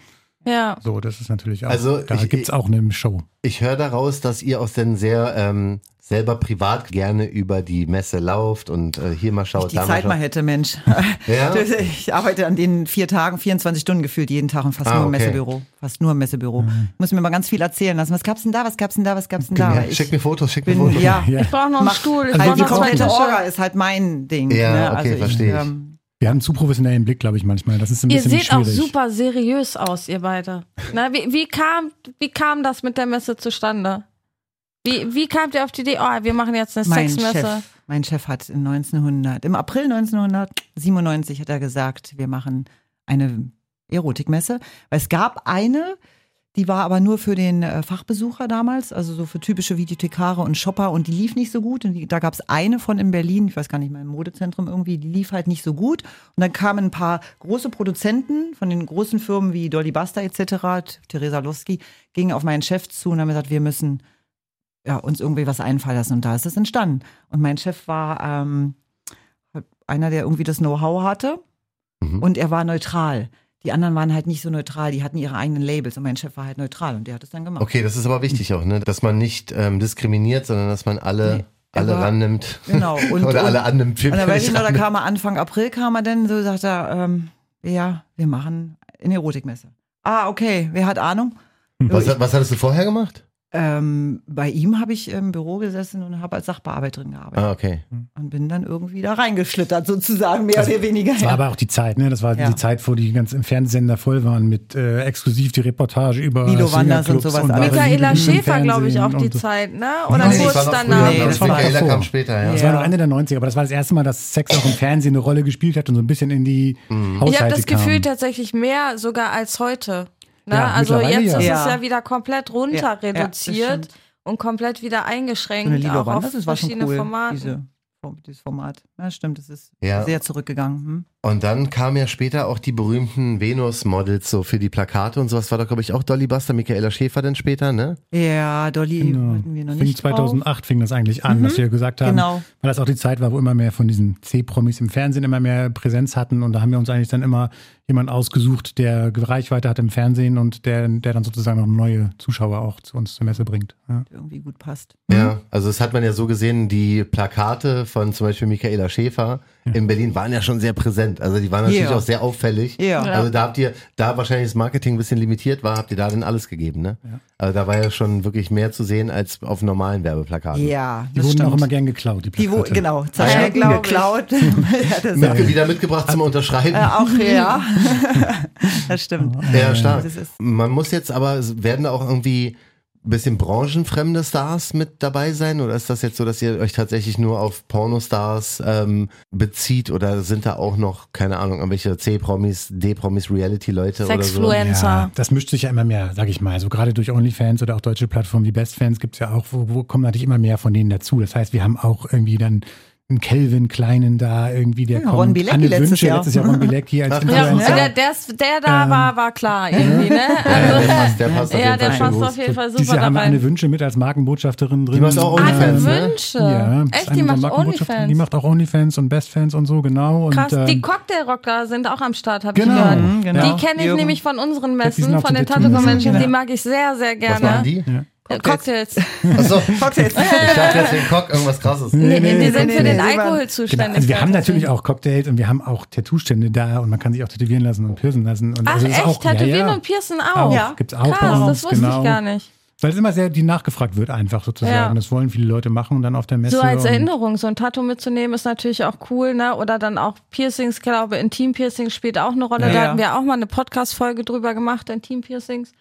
S3: Ja.
S5: So, das ist natürlich auch.
S2: Also,
S5: da
S2: ich-
S5: gibt es auch eine Show.
S2: Ich höre daraus, dass ihr auch dann sehr ähm, selber privat gerne über die Messe lauft und äh, hier mal schaut,
S4: Die
S2: da
S4: Zeit
S2: mal
S4: mal
S2: schaut.
S4: hätte, Mensch.
S2: Ja?
S4: Ich arbeite an den vier Tagen, 24 Stunden gefühlt jeden Tag und fast
S2: Ah,
S4: nur im
S2: okay.
S4: Messebüro. Fast nur im Messebüro. Muss mir mal ganz viel erzählen lassen. Was gab's denn da, was gab's denn da, was gab's denn da?
S2: Ja,
S4: Weil ich
S2: schick mir Fotos, schick mir
S4: bin,
S2: Fotos.
S4: ja,
S5: Ja.
S3: Ich brauche noch einen Stuhl. Ich
S4: also
S3: brauche
S4: die
S3: noch zwei
S4: komplette
S3: Tische.
S4: Orga ist halt mein Ding.
S2: Ja,
S4: ne?
S2: okay,
S4: also
S2: verstehe ich.
S4: ähm,
S5: Wir haben einen zu professionellen Blick, glaube ich, manchmal. Das ist ein
S3: Ihr
S5: bisschen
S3: seht auch
S5: schwierig.
S3: super seriös aus, ihr beide. Na, wie, wie, kam, wie kam das mit der Messe zustande? Wie, wie kamt ihr auf die Idee, oh, wir machen jetzt eine
S4: mein
S3: Sexmesse?
S4: Chef, mein Chef hat in 1900, im April 1997 hat er gesagt, wir machen eine Erotikmesse. Weil es gab eine, die war aber nur für den äh, Fachbesucher damals, also so für typische Videothekare und Shopper und die lief nicht so gut. Und die, da gab es eine von in Berlin, ich weiß gar nicht mehr, im Modezentrum irgendwie, die lief halt nicht so gut. Und dann kamen ein paar große Produzenten von den großen Firmen wie Dolly Buster etc., Theresa Lowski, gingen auf meinen Chef zu und haben gesagt, wir müssen ja, uns irgendwie was einfallen lassen. Und da ist es entstanden. Und mein Chef war ähm, einer, der irgendwie das Know-how hatte
S2: Mhm.
S4: und er war neutral. Die anderen waren halt nicht so neutral, die hatten ihre eigenen Labels und mein Chef war halt neutral und der hat es dann gemacht.
S2: Okay, das ist aber wichtig auch, ne? dass man nicht ähm, diskriminiert, sondern dass man alle,
S4: Nee,
S2: alle
S4: aber-
S2: rannimmt.
S4: Genau, und-
S2: Oder
S4: und-
S2: alle annimmt.
S4: Und dann weiß ich noch, da kam er Anfang April, kam er denn so, sagt er, ähm, ja, wir machen eine Erotikmesse. Ah, okay, wer hat Ahnung?
S2: Hm, was, was hattest du vorher gemacht?
S4: Ähm, bei ihm habe ich im Büro gesessen und habe als Sachbearbeiterin gearbeitet
S2: Ah, Also okay.
S4: und bin dann irgendwie da reingeschlittert, sozusagen, mehr oder weniger.
S5: Das war aber auch die Zeit, ne? Das war
S4: Ja.
S5: die Zeit, wo die ganzen Fernsehsender voll waren mit äh, exklusiv die Reportage über
S4: Lilo
S5: Swingerclubs
S4: Wanders und sowas alles.
S5: wahre
S3: Michaela
S5: Liebe im
S3: Schäfer, glaube ich, auch
S5: Fernsehen
S3: die
S5: und-
S3: Zeit, ne? Oder
S5: Nee,
S3: kurz
S5: das war
S2: noch
S3: danach.
S2: früher, glaub
S4: Nee,
S2: ich.
S4: das war noch
S2: Michaela
S5: davor.
S2: kam später, ja.
S5: Das
S4: Ja.
S5: war noch Ende der 90er, aber das war das erste Mal, dass Sex auch im Fernsehen eine Rolle gespielt hat und so ein bisschen in die
S4: Mhm.
S5: Haushalte
S3: Ich habe das
S5: kam.
S3: Gefühl tatsächlich mehr sogar als heute. Ne?
S5: Ja,
S3: also
S5: mittlerweile
S3: jetzt
S5: ja.
S3: ist es
S4: Ja.
S3: ja wieder komplett runter
S4: Ja, ja, das
S3: reduziert
S4: stimmt.
S3: und komplett wieder eingeschränkt.
S4: So eine Liga
S3: auch
S4: waren.
S3: auf
S4: Das ist- war schon
S3: verschiedene
S4: cool,
S3: Formate.
S4: Diese, Form- dieses Format. Ja, stimmt, es ist
S2: Ja.
S4: sehr zurückgegangen. Hm?
S2: Und dann kamen ja später auch die berühmten Venus-Models so für die Plakate und sowas. War da, glaube ich, auch Dolly Buster, Michaela Schäfer dann später, ne?
S4: Ja, Dolly
S5: Genau.
S4: hatten wir noch
S5: Fing
S4: nicht
S5: 2008 fing das eigentlich an, dass wir gesagt haben,
S4: Genau.
S5: weil das auch die Zeit war, wo immer mehr von diesen C-Promis im Fernsehen immer mehr Präsenz hatten und da haben wir uns eigentlich dann immer jemand ausgesucht, der Reichweite hat im Fernsehen und der, der dann sozusagen noch neue Zuschauer auch zu uns zur Messe bringt. Ja.
S4: drauf. Irgendwie gut passt.
S2: Ja, also das hat man ja so gesehen, die Plakate von zum Beispiel Michaela Schäfer in Berlin waren ja schon sehr präsent. Also die waren natürlich
S4: Ja.
S2: auch sehr auffällig.
S4: Ja.
S2: Also da habt ihr, da wahrscheinlich das Marketing ein bisschen limitiert war, habt ihr da dann alles gegeben, ne? Also da war ja schon wirklich mehr zu sehen als auf normalen Werbeplakaten.
S4: Ja,
S5: Die
S4: das
S5: wurden
S4: stimmt.
S5: auch immer gern geklaut, die
S4: die wo,
S5: Plakate.
S4: genau, Zeichnungen
S3: glaub ich.
S4: geklaut. Ja, das
S2: Mitge wieder mitgebracht zum Unterschreiben.
S4: Ja, auch ja. das stimmt.
S3: Mhm.
S2: Ja, stark.
S4: Das ist-
S2: Man muss jetzt aber, es werden da auch irgendwie ein bisschen branchenfremde Stars mit dabei sein? Oder ist das jetzt so, dass ihr euch tatsächlich nur auf Pornostars ähm, bezieht? Oder sind da auch noch, keine Ahnung, irgendwelche C-Promis, D-Promis, Reality-Leute oder so?
S3: Sexfluencer.
S5: Ja, das mischt sich ja immer mehr, sag ich mal. Also gerade durch OnlyFans oder auch deutsche Plattformen wie BestFans gibt's ja auch, wo, wo kommen natürlich immer mehr von denen dazu. Das heißt, wir haben auch irgendwie dann einen Kelvin Kleinen da, irgendwie der
S4: Ja,
S5: kommt.
S4: Ron Bilecki
S5: Anne
S4: letztes
S5: Wünsche,
S4: Jahr.
S5: letztes Jahr Ron Bilecki als
S3: Ja,
S5: Influencer.
S3: der, der, der da war, war klar irgendwie, ne?
S2: Ja,
S3: Also,
S2: der passt, der passt auf
S3: Ja,
S2: jeden
S3: der
S2: Fall schon
S3: passt
S2: gut.
S3: auf jeden Fall
S5: Dieses
S3: super
S5: Jahr haben wir
S3: dabei.
S5: Anne Wünsche mit als Markenbotschafterin drin. Äh,
S2: macht auch
S3: Anne
S2: OnlyFans, ne?
S3: Wünsche.
S5: Ja, das ist
S3: Echt,
S5: eine
S3: die
S5: der
S3: macht
S5: Markenbotschafterinnen.
S3: OnlyFans.
S5: Die macht auch OnlyFans und BestFans und so, genau.
S3: Krass,
S5: und,
S3: die
S5: ähm,
S3: Cocktailrocker sind auch am Start, habe
S5: Genau.
S3: ich gehört.
S5: Mhm, genau.
S3: Die kenne ich
S4: Jürgen.
S3: nämlich von unseren
S5: sind
S3: Messen,
S5: auch
S3: von den
S5: die
S3: Tattoo Conventions,
S5: Tattoo-Messen,
S3: die mag ich sehr, sehr gerne.
S2: Was machen die?
S3: Äh, Cocktails.
S2: Achso,
S4: Cocktails.
S2: ich dachte jetzt den Cock, irgendwas krasses.
S3: Nee,
S5: nee,
S3: die
S5: nee,
S3: sind
S4: nee,
S3: für
S4: nee,
S3: den
S4: nee,
S3: Alkohol
S4: Mann.
S5: Genau,
S3: zuständig.
S5: also wir haben natürlich
S3: deswegen.
S5: auch Cocktails und wir haben auch Tattoo-Stände da und man kann sich auch tätowieren lassen und piercen lassen. Und
S3: Ach
S5: also das ist
S3: echt,
S5: auch,
S3: Tätowieren
S5: ja, ja.
S3: und Piercen auch.
S5: Auch, gibt's auch bei
S3: Krass,
S5: uns,
S3: das wusste
S5: genau.
S3: ich gar nicht.
S5: Weil es immer sehr die nachgefragt wird, einfach sozusagen.
S3: Ja.
S5: Das wollen viele Leute machen und dann auf der Messe.
S3: So als
S5: und-
S3: Erinnerung, so ein Tattoo mitzunehmen ist natürlich auch cool, ne? Oder dann auch Piercings, ich glaube, Intim-Piercings spielt auch eine Rolle.
S4: Ja.
S3: Da hatten wir auch mal eine Podcast-Folge drüber gemacht, Intim-Piercings.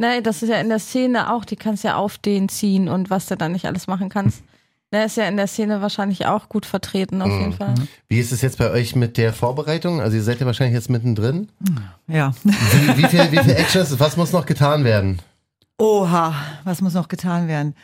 S3: Ne, das ist ja in der Szene auch, die kannst ja auf den ziehen und was du da nicht alles machen kannst. Ne, ist ja in der Szene wahrscheinlich auch gut vertreten, auf jeden Fall.
S2: Wie ist es jetzt bei euch mit der Vorbereitung? Also ihr seid ja wahrscheinlich jetzt mittendrin.
S4: Ja.
S2: Wie, wie viel, wie viel Action ist, was muss noch getan werden?
S4: Oha, was muss noch getan werden?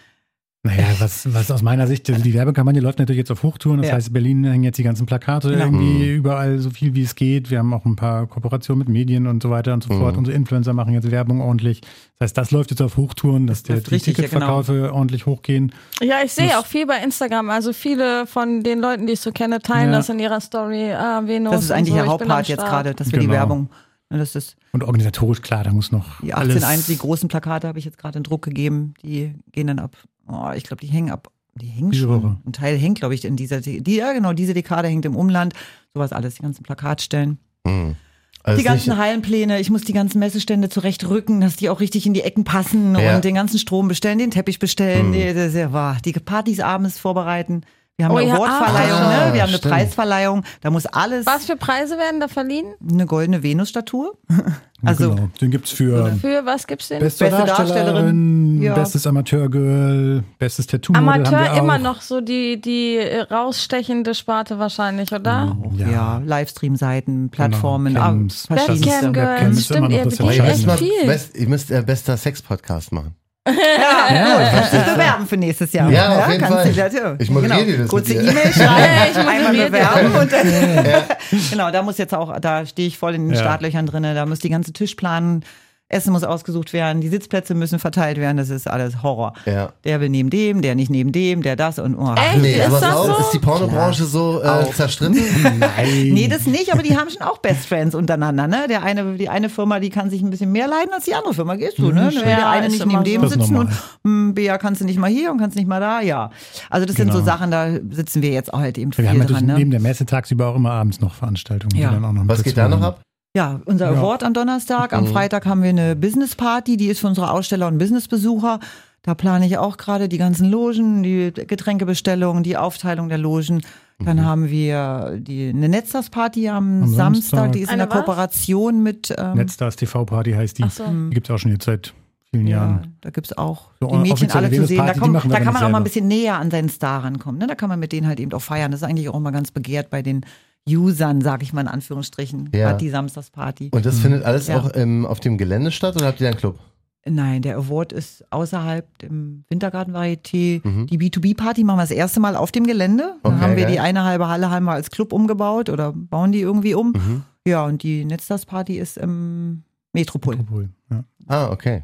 S5: Naja, was, was aus meiner Sicht, also die Werbekampagne läuft natürlich jetzt auf Hochtouren. Das
S4: Ja.
S5: heißt, Berlin hängen jetzt die ganzen Plakate
S4: Genau.
S5: irgendwie überall so viel wie es geht. Wir haben auch ein paar Kooperationen mit Medien und so weiter und so fort. Unsere Influencer machen jetzt Werbung ordentlich. Das heißt, das läuft jetzt auf Hochtouren, dass der,
S4: läuft
S5: die
S4: richtig, ja, genau.
S5: Ticketverkäufe ordentlich hochgehen.
S3: Ja, ich sehe auch viel bei Instagram. Also viele von den Leuten, die ich so kenne, teilen
S5: Ja.
S3: das in ihrer Story. Ah, Venus
S4: Das ist
S3: und
S4: eigentlich
S3: so. Ich
S4: der
S3: bin am
S4: Hauptpart jetzt
S3: Start.
S4: gerade, dass wir
S5: Genau.
S4: die Werbung. Und Das ist
S5: Und organisatorisch, klar, da muss noch
S4: die
S5: alles.
S4: 18.1, die großen Plakate habe ich jetzt gerade in Druck gegeben. Die gehen dann ab. Oh, ich glaube, die hängen ab. Die hängen
S5: Diese
S4: schon.
S5: Woche.
S4: Ein Teil hängt, glaube ich, in dieser, De- die, ja genau, diese Dekade hängt im Umland. Sowas alles, die ganzen Plakatstellen.
S2: Hm. Also
S4: die
S2: ist
S4: ganzen
S2: nicht,
S4: Hallenpläne, ich muss die ganzen Messestände zurechtrücken, dass die auch richtig in die Ecken passen
S2: Ja.
S4: und den ganzen Strom bestellen, den Teppich bestellen, die, das ist ja wahr. die Partys abends vorbereiten. Wir haben
S3: Oh
S4: eine
S3: ja,
S4: Awardverleihung,
S2: ah,
S4: ne? wir haben eine
S2: stimmt.
S4: Preisverleihung, da muss alles,
S3: Was für Preise werden da verliehen?
S4: eine goldene Venusstatue. also
S5: genau. Den gibt's für
S3: Für was gibt's denn?
S5: beste,
S4: Beste
S5: Darstellerin,
S4: Darstellerin, ja.
S5: bestes Amateurgirl, bestes Tattoo-Model haben wir
S3: Amateur
S5: auch.
S3: immer noch so die, die äh, rausstechende Sparte wahrscheinlich, oder?
S2: Genau.
S5: Ja.
S4: ja, Livestream-Seiten, Plattformen,
S5: Genau,
S4: ah,
S5: Camps.
S4: verschiedenste.
S3: Webcam
S5: Webcam
S3: Girls,
S5: ist immer
S3: stimmt,
S5: noch
S3: ihr
S5: das
S2: Oh,
S3: bedient
S2: ihr, müsst
S3: echt
S2: mal
S3: viel.
S2: best, ihr müsst äh, bester Sex-Podcast machen.
S4: Ja, gut, kannst dich bewerben für nächstes Jahr.
S2: Ja, auf jeden
S4: kannst
S2: Fall.
S4: dich- ja,
S2: Ich moderiere dir das
S4: Kurze
S2: mit dir.
S3: Ja,
S4: E-Mail
S3: ich
S4: schreiben, einmal
S3: moderiere
S4: bewerben und dann. genau, da muss jetzt auch, da stehe ich voll in den
S5: Ja.
S4: Startlöchern drin, da muss die ganze Tisch planen. Essen muss ausgesucht werden, die Sitzplätze müssen verteilt werden, das ist alles Horror.
S2: Ja.
S4: Der will neben dem, der nicht neben dem, der das und oh.
S3: Echt?
S2: Nee,
S3: ist
S2: aber
S3: das
S2: auch,
S3: so?
S2: ist die Pornobranche so äh, zerstritten? Nein.
S4: Nee, das nicht, aber die haben schon auch Best Friends untereinander, ne? Der eine, die eine Firma, die kann sich ein bisschen mehr leiden als die andere Firma, gehst du, ne? Wenn der
S3: Ja,
S4: eine
S3: ist
S4: nicht
S3: immer
S4: neben
S3: so.
S5: Mhm, Das
S4: dem
S5: ist
S4: sitzen und
S5: normal.
S4: hm, Bea kannst du nicht mal hier und kannst nicht mal da, ja. Also das sind
S5: Genau.
S4: so Sachen, da sitzen wir jetzt auch halt eben viel
S5: Wir haben natürlich
S4: dran,
S5: neben
S4: ne?
S5: der Messe tagsüber auch immer abends noch Veranstaltungen.
S4: Ja.
S5: Die dann auch noch mit
S2: Was geht da
S5: dazu
S2: noch
S5: haben.
S2: ab?
S4: Ja, unser
S5: Ja. Mhm.
S4: Award am Donnerstag, am Freitag haben wir eine Business Party, die ist für unsere Aussteller und Businessbesucher. Da plane ich auch gerade die ganzen Logen, die Getränkebestellungen, die Aufteilung der Logen. Dann haben wir die, eine Netztagsparty am,
S5: Mhm. Am
S4: Samstag.
S5: Samstag.
S4: die ist
S3: Eine
S4: in der
S3: was?
S4: Kooperation mit ähm,
S5: Netzstars TV Party heißt die.
S3: Mhm. Ach so. Mhm.
S5: Die gibt es auch schon jetzt seit vielen
S4: Ja,
S5: Jahren.
S4: da gibt es auch
S5: So
S4: die Mädchen
S5: offizielle
S4: alle zu sehen. Da,
S5: Venusparty, die
S4: kommen,
S5: machen wir
S4: da
S5: aber
S4: kann
S5: nicht
S4: man auch mal ein
S5: selber.
S4: bisschen näher an seinen Star rankommen. Ne? Da kann man mit denen halt eben auch feiern. Das ist eigentlich auch immer ganz begehrt bei den Usern, sag ich mal in Anführungsstrichen.
S2: Ja.
S4: Hat die Samstagsparty.
S2: Und das findet alles
S4: Ja.
S2: auch ähm, auf dem Gelände statt oder habt ihr da einen Club?
S4: Nein, der Award ist außerhalb im Wintergarten-Varieté. Die B2B-Party machen wir das erste Mal auf dem Gelände. Dann
S2: Mhm. Okay,
S4: haben wir
S2: geil.
S4: die eine halbe Halle haben wir als Club umgebaut oder bauen die irgendwie um.
S2: Mhm.
S4: Ja, und die Netztagsparty ist im Metropol.
S5: Obwohl, ja.
S2: Ah, okay.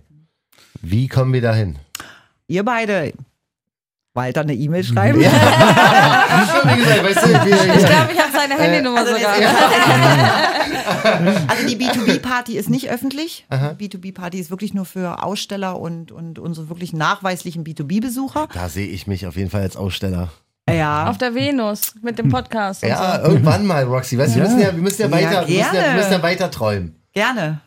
S2: Wie kommen wir da hin?
S4: Ihr beide Walter eine E-Mail schreiben.
S2: Wie gesagt, weißt du, wir-
S3: Ich glaube, ich habe
S2: Äh,
S3: seine Handynummer
S4: Also,
S3: sogar.
S4: also die B2B-Party ist nicht öffentlich. Die B2B-Party ist wirklich nur für Aussteller und, und unsere wirklich nachweislichen B2B-Besucher.
S2: Da sehe ich mich auf jeden Fall als Aussteller.
S4: Ja.
S3: Auf der Venus mit dem Podcast. Und
S2: Ja, irgendwann mal, Roxy. Weißt, du, wir, müssen ja, wir müssen ja
S4: Ja,
S2: weiter, wir müssen ja, wir
S4: gerne.
S2: müssen ja weiter träumen.
S4: Gerne.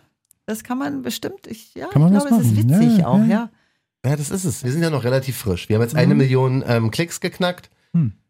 S4: Das kann man bestimmt. Ich, ja,
S5: Kann man
S4: ich
S5: was
S4: glaube, es ist
S5: machen.
S4: witzig
S5: Ja,
S4: auch,
S5: ja.
S4: ja.
S2: Ja, das ist es. Wir sind ja noch relativ frisch. Wir haben jetzt eine Million ähm, Klicks geknackt.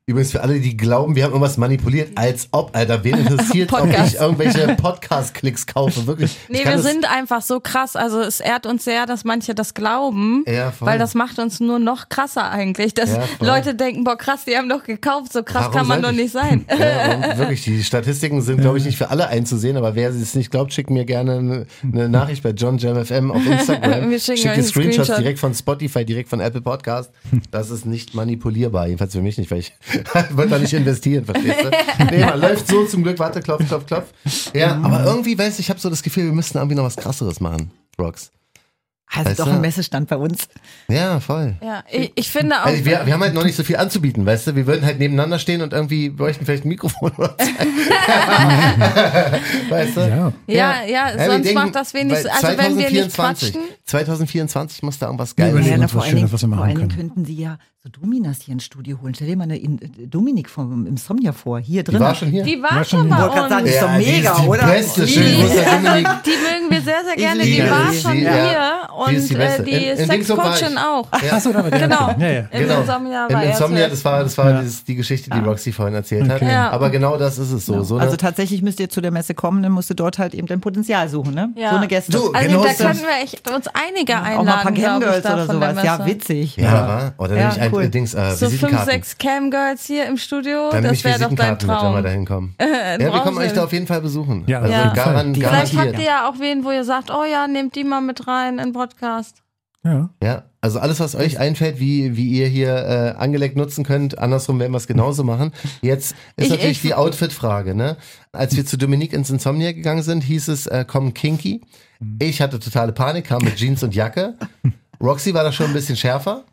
S2: Übrigens für alle, die glauben, wir haben irgendwas manipuliert, als ob, Alter, wen interessiert, ob
S3: Podcast.
S2: ich irgendwelche Podcast-Klicks kaufe, wirklich. Ich
S3: Nee,
S2: kann
S3: wir
S2: das-
S3: sind einfach so krass. Also es ehrt uns sehr, dass manche das glauben,
S2: Ja, voll.
S3: weil das macht uns nur noch krasser eigentlich. Dass
S2: Ja, voll.
S3: Leute denken, boah krass, die haben doch gekauft. So krass
S2: Warum
S3: kann man
S2: sollte
S3: doch
S2: ich-
S3: nicht sein.
S2: Ja, und wirklich, die Statistiken sind, glaube ich, nicht für alle einzusehen, aber wer es nicht glaubt, schickt mir gerne eine, eine Nachricht bei John Jam FM auf Instagram.
S3: Wir schicken
S2: Schickt
S3: euch
S2: dir
S3: einen
S2: Screenshots
S3: Screenshot.
S2: direkt von Spotify, direkt von Apple Podcast. Das ist nicht manipulierbar, jedenfalls für mich nicht, weil ich wollte da nicht investieren, verstehst du? Nee, man läuft so zum Glück, warte, klopf, klopf, klopf. Ja, aber irgendwie, weiß ich habe so das Gefühl, wir müssten irgendwie noch was krasseres machen, Rocks.
S4: Also
S2: Weißt
S4: doch
S2: du?
S4: ein Messestand bei uns.
S2: Ja, voll.
S3: Ja, ich, ich finde auch.
S2: Also wir, wir haben halt noch nicht so viel anzubieten, weißt du? Wir würden halt nebeneinander stehen und irgendwie bräuchten vielleicht ein Mikrofon oder zwei. weißt du?
S5: Ja.
S3: Ja, ja,
S2: wir
S3: sonst macht das wenig-
S2: weil
S3: also wenn wir nicht
S2: 2024 2024 muss da irgendwas
S5: Wir
S2: Geiles
S5: überlegen
S4: Ja,
S5: uns
S4: na,
S5: was
S4: vor allen
S5: Schönes,
S4: Dingen,
S5: was wir
S4: vor
S5: machen
S4: allen Dingen
S5: können.
S4: könnten sie ja so Dominas hier ins Studio holen. Stell dir mal eine In- Dominik vom Insomnia vor, hier
S2: Die
S4: drin.
S2: war schon hier.
S3: Die war
S5: War
S3: schon
S5: schon
S3: bei
S5: hier.
S4: Wollte gerade sagen,
S3: uns.
S4: ist doch
S2: die
S4: mega,
S2: ist die
S4: oder?
S2: Beste.
S3: Die,
S2: Schön, großer Dominik.
S3: also, die mögen wir sehr, sehr gerne. Die
S4: Die
S3: war
S4: ist-
S3: schon
S2: die-
S3: hier
S2: ja. Die
S3: und
S2: ist die
S3: äh,
S2: Beste.
S3: die
S2: In- in Dingsburg war
S3: Sexcoachin
S2: ich.
S3: auch.
S2: Ja.
S5: Achso, da war der.
S3: Genau.
S5: Ja, ja.
S3: Im Insomnia war
S2: Im
S3: er
S2: Insomnia,
S3: zuerst.
S2: das war, das war
S5: Ja.
S2: dieses, die Geschichte, die Roxy vorhin erzählt hat.
S5: Okay.
S3: Ja.
S2: Aber genau das ist es so. so eine,
S4: Also tatsächlich müsst ihr zu der Messe kommen, dann musst du dort halt eben dein Potenzial suchen, ne?
S3: Ja.
S4: So eine Gäste.
S2: Du,
S3: Also
S2: Genau
S3: da
S2: ist das.
S3: könnten wir echt uns einige einladen.
S4: auch mal ein paar
S3: glaub ich,
S4: Camgirls
S3: da
S4: oder
S3: von der
S4: sowas. Ja,
S3: Messe.
S4: witzig.
S2: ja, wa? oder
S4: Ja,
S2: nehme ich ein
S4: cool.
S2: äh, Dings, äh,
S3: So fünf,
S2: Visitenkarten.
S3: sechs Camgirls hier im Studio,
S2: Dann nehme
S3: das
S2: ich
S3: wäre doch dein
S2: Visitenkarten mit, wenn wir
S3: Traum.
S2: da hinkommen. ja, wir kommen euch
S3: Wahnsinn.
S2: da auf jeden Fall besuchen.
S5: Ja,
S2: also
S3: Ja.
S2: Garan,
S3: Vielleicht habt
S2: garantiert.
S3: ihr ja auch wen, wo ihr sagt, oh ja, nehmt die mal mit rein in den Podcast.
S5: Ja.
S2: Ja, also alles, was euch einfällt, wie, wie ihr hier äh, angelegt nutzen könnt, andersrum werden wir es genauso machen. Jetzt ist
S3: Ich-
S2: natürlich
S3: ich-
S2: die Outfit-Frage. Ne? Als wir zu Dominique ins Insomnia gegangen sind, hieß es, äh, komm kinky.
S3: Mhm.
S2: Ich hatte totale Panik, kam mit Jeans und Jacke. Roxy war da schon ein bisschen schärfer.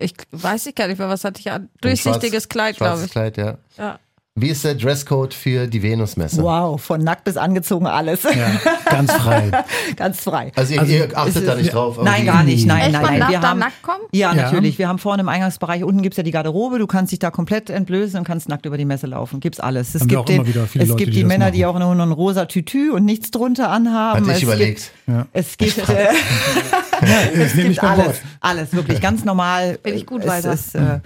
S3: Ich weiß ich gar nicht mehr, was hatte ich an?
S2: Ein schwarz-
S3: Durchsichtiges Kleid, glaube
S2: Schwarzes
S3: ich.
S2: Kleid, ja.
S3: Ja.
S2: Wie ist der Dresscode für die Venus-Messe?
S4: Wow, von nackt bis angezogen alles.
S5: ja. Ganz frei.
S4: Ganz frei.
S2: Also ihr,
S5: Also,
S2: ihr achtet da nicht drauf. aber
S4: Nein,
S2: die-
S4: gar nicht. Nein,
S3: Echt,
S4: nein,
S3: man
S4: nein.
S3: darf
S4: Wir
S3: da
S4: haben,
S3: nackt kommen?
S4: ja,
S5: Ja.
S4: natürlich. Wir haben vorne im Eingangsbereich, unten gibt's ja die Garderobe, du kannst dich da komplett entblößen und kannst nackt über die Messe laufen. Gibt's alles. Es
S5: Haben wir
S4: gibt,
S5: auch immer
S4: den,
S5: wieder viele
S4: es
S5: Leute,
S4: gibt
S5: die
S4: die
S5: das
S4: Männer,
S5: machen.
S4: die auch nur ein rosa Tütü und nichts drunter anhaben.
S2: Hatte
S4: es
S2: ich überlegt.
S4: Gibt, es gibt, äh,
S5: Das nehme ich
S4: gibt
S5: beim
S4: alles,
S5: Wort.
S4: alles, wirklich ganz normal.
S3: Bin ich gut
S4: es
S3: weiter.
S4: ist, äh,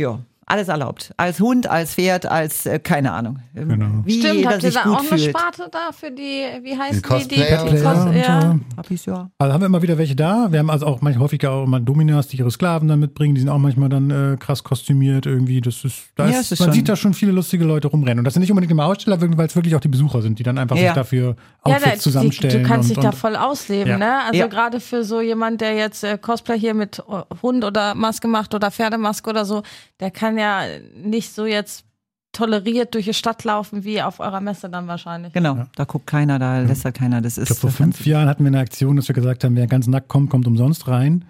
S4: ja, alles erlaubt. Als Hund, als Pferd, als, äh, keine Ahnung.
S5: Genau.
S4: Wie
S3: Stimmt,
S4: jeder
S3: habt ihr
S4: sich
S3: da
S4: gut
S3: auch eine
S4: fühlt.
S3: Sparte da für die, wie heißen die? Die,
S2: Cosplayer.
S3: die
S5: Player und,
S3: ja.
S5: äh,
S4: Hab ich's ja.
S5: Also haben wir immer wieder welche da. Wir haben also auch manchmal häufiger auch immer Dominas, die ihre Sklaven dann mitbringen. Die sind auch manchmal dann äh, krass kostümiert irgendwie. Das ist, da
S4: Ja,
S5: ist,
S4: es ist
S5: man
S4: schon-
S5: sieht da schon viele lustige Leute rumrennen. Und das sind nicht unbedingt immer Aussteller, weil es wirklich auch die Besucher sind, die dann einfach
S4: Ja.
S5: sich dafür
S3: Ja,
S5: Outfits
S3: da, die,
S5: zusammenstellen.
S3: du kannst
S5: und,
S3: dich da
S5: und,
S3: voll ausleben,
S5: Ja.
S3: ne? Also
S4: Ja.
S3: gerade für so jemand, der jetzt äh, Cosplay hier mit äh, Hund oder Maske macht oder Pferdemaske oder so, der kann ja nicht so jetzt toleriert durch die Stadt laufen wie auf eurer Messe dann wahrscheinlich.
S4: Genau, da guckt keiner, da lässt halt keiner. Das
S5: Mhm. Ich glaube,
S4: ist
S5: vor
S4: das Ganze-
S5: fünf Jahren hatten wir eine Aktion, dass wir gesagt haben, wer ganz nackt kommt, kommt umsonst rein.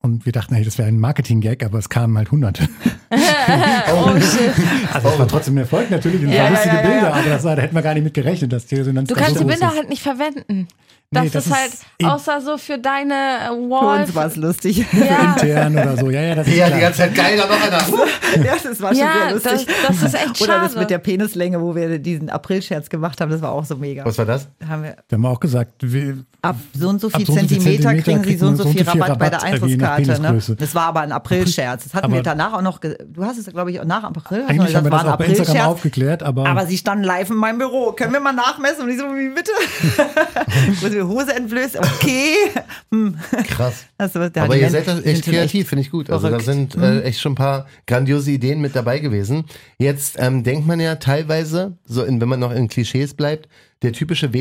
S5: Und wir dachten, hey, das wäre ein Marketing-Gag, aber es kamen halt Hunderte.
S3: Oh shit.
S5: Also es war trotzdem ein Erfolg natürlich und es
S3: Ja,
S5: waren
S3: ja,
S5: lustige
S3: ja, ja.
S5: Bilder, aber das war, da hätten wir gar nicht mit gerechnet, dass die Resonanz
S3: Du
S5: da
S3: kannst
S5: so
S3: die
S5: groß
S3: Bilder
S5: ist.
S3: halt nicht verwenden. Das,
S5: Nee,
S3: ist halt,
S5: eben
S3: außer so für deine äh,
S4: Für
S3: Wall.
S4: uns war es lustig.
S3: ja,
S5: intern oder so. Ja, ja, das ist
S2: Ja,
S5: klar.
S2: die ganze Zeit geiler noch einer.
S4: ja, das war schon
S3: ja
S4: sehr
S3: das,
S4: lustig.
S3: das ist echt
S4: Oder
S3: schade.
S4: das mit der Penislänge, wo wir diesen April-Scherz gemacht haben, das war auch so mega.
S2: Was war das?
S4: Da Haben wir
S5: Wir haben auch gesagt, wir,
S4: ab so und so
S5: Ab
S4: viel
S5: so und so viel
S4: Zentimeter
S5: Zentimeter
S4: kriegen sie so und so viel Rabatt, bei der
S5: Rabatt, äh, je nach
S4: Eintrittskarte. Ne?
S5: Penisgröße.
S4: Das war aber ein April-Scherz. Das hatten wir
S5: Aber-
S4: danach auch noch. ge- Du hast es, glaube ich, auch nach April. hast du noch
S5: eigentlich haben wir das auch bei Instagram
S4: April-Scherz.
S5: aufgeklärt, aber,
S4: Aber sie standen live in meinem Büro. Können wir mal nachmessen? Und ich so, wie bitte? Muss mir Hose entblößt? Okay. Hm.
S2: Krass.
S4: Das war- ja,
S2: Aber
S4: die
S2: ihr
S4: Menschen
S2: seid da
S4: sind
S2: echt
S4: schon echt-
S2: kreativ, finde ich gut. Also da
S4: verrückt. Mhm.
S2: sind äh, echt schon ein paar grandiose Ideen mit dabei gewesen. Jetzt ähm, denkt man ja teilweise, so in, wenn man noch in Klischees bleibt, der typische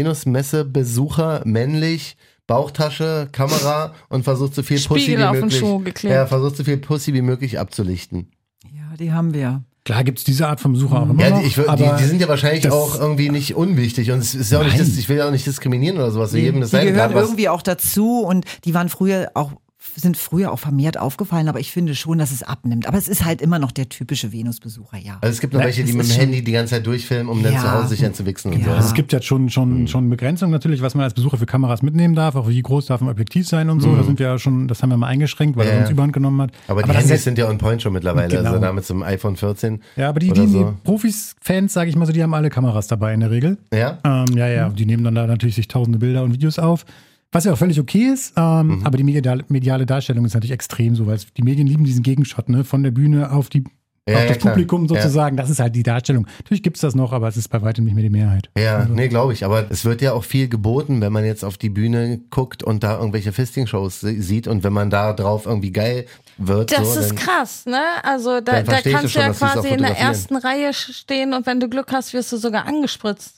S2: Venus-Messe-Besucher, männlich, Bauchtasche, Kamera und versucht so viel Pussy
S3: Spiegel
S2: wie
S3: auf den
S2: möglich.
S3: Schuh geklebt.
S2: Ja, versucht so viel Pussy wie möglich abzulichten.
S4: Ja, die haben wir.
S5: klar gibt es diese Art von Besucher auch
S4: Mhm.
S5: immer
S2: Ja,
S5: noch,
S2: die, ich, wür-
S5: aber
S2: die, die sind ja wahrscheinlich
S5: das-
S2: auch irgendwie nicht unwichtig und es ist ja auch nicht,
S5: Nein.
S2: dis- ich will ja auch nicht diskriminieren oder sowas. Nee, jedem das
S4: Die
S2: sein
S4: gehören
S2: gerade was.
S4: irgendwie auch dazu und die waren früher auch sind früher auch vermehrt aufgefallen, aber ich finde schon, dass es abnimmt. Aber es ist halt immer noch der typische Venusbesucher, ja.
S2: Also es gibt noch
S5: Ja,
S2: welche, die
S4: es
S2: mit
S4: ist
S2: dem
S4: schon-
S2: Handy die ganze Zeit durchfilmen, um dann
S4: Ja.
S2: zu Hause sich einzuwichsen und
S4: Ja.
S2: so.
S5: Also es gibt jetzt schon,
S2: Mhm.
S5: schon, schon Begrenzungen natürlich, was man als Besucher für Kameras mitnehmen darf, auch wie groß darf ein Objektiv sein und so. Da sind wir ja schon, das haben wir mal eingeschränkt, weil
S2: Mhm. Ja,
S5: er uns
S2: ja.
S5: überhand genommen hat.
S2: Aber die
S5: das
S2: Handys
S5: ist-
S2: sind ja on point schon mittlerweile. Also
S5: Genau.
S2: damit zum iPhone 14.
S5: Ja, aber die,
S2: oder
S5: die,
S2: so.
S5: die Profis, Fans, sage ich mal so, die haben alle Kameras dabei in der Regel.
S2: Ja?
S5: Ähm, ja,
S2: Mhm.
S5: ja, die nehmen dann da natürlich sich tausende Bilder und Videos auf. Was ja auch völlig okay ist, ähm,
S2: Mhm.
S5: aber die mediale, mediale Darstellung ist natürlich extrem so, weil es- die Medien lieben diesen Gegenshot, ne? Von der Bühne auf, die,
S2: Ja,
S5: auf
S2: ja,
S5: das
S2: klar.
S5: Publikum
S2: Ja.
S5: sozusagen. Das ist halt die Darstellung. Natürlich gibt's das noch, aber es ist bei weitem nicht mehr die Mehrheit.
S2: Ja, nee, glaube ich. Aber es wird ja auch viel geboten, wenn man jetzt auf die Bühne guckt und da irgendwelche Fisting-Shows se- sieht und wenn man da drauf irgendwie geil wird.
S3: Das
S2: so,
S3: ist
S2: dann,
S3: krass, ne? Also da,
S2: Dann
S3: da
S2: verstehe ich
S3: kannst
S2: schon,
S3: du ja
S2: dass sie es auch
S3: quasi in der
S2: fotografieren.
S3: ersten Reihe sch- stehen und wenn du Glück hast, wirst du sogar angespritzt.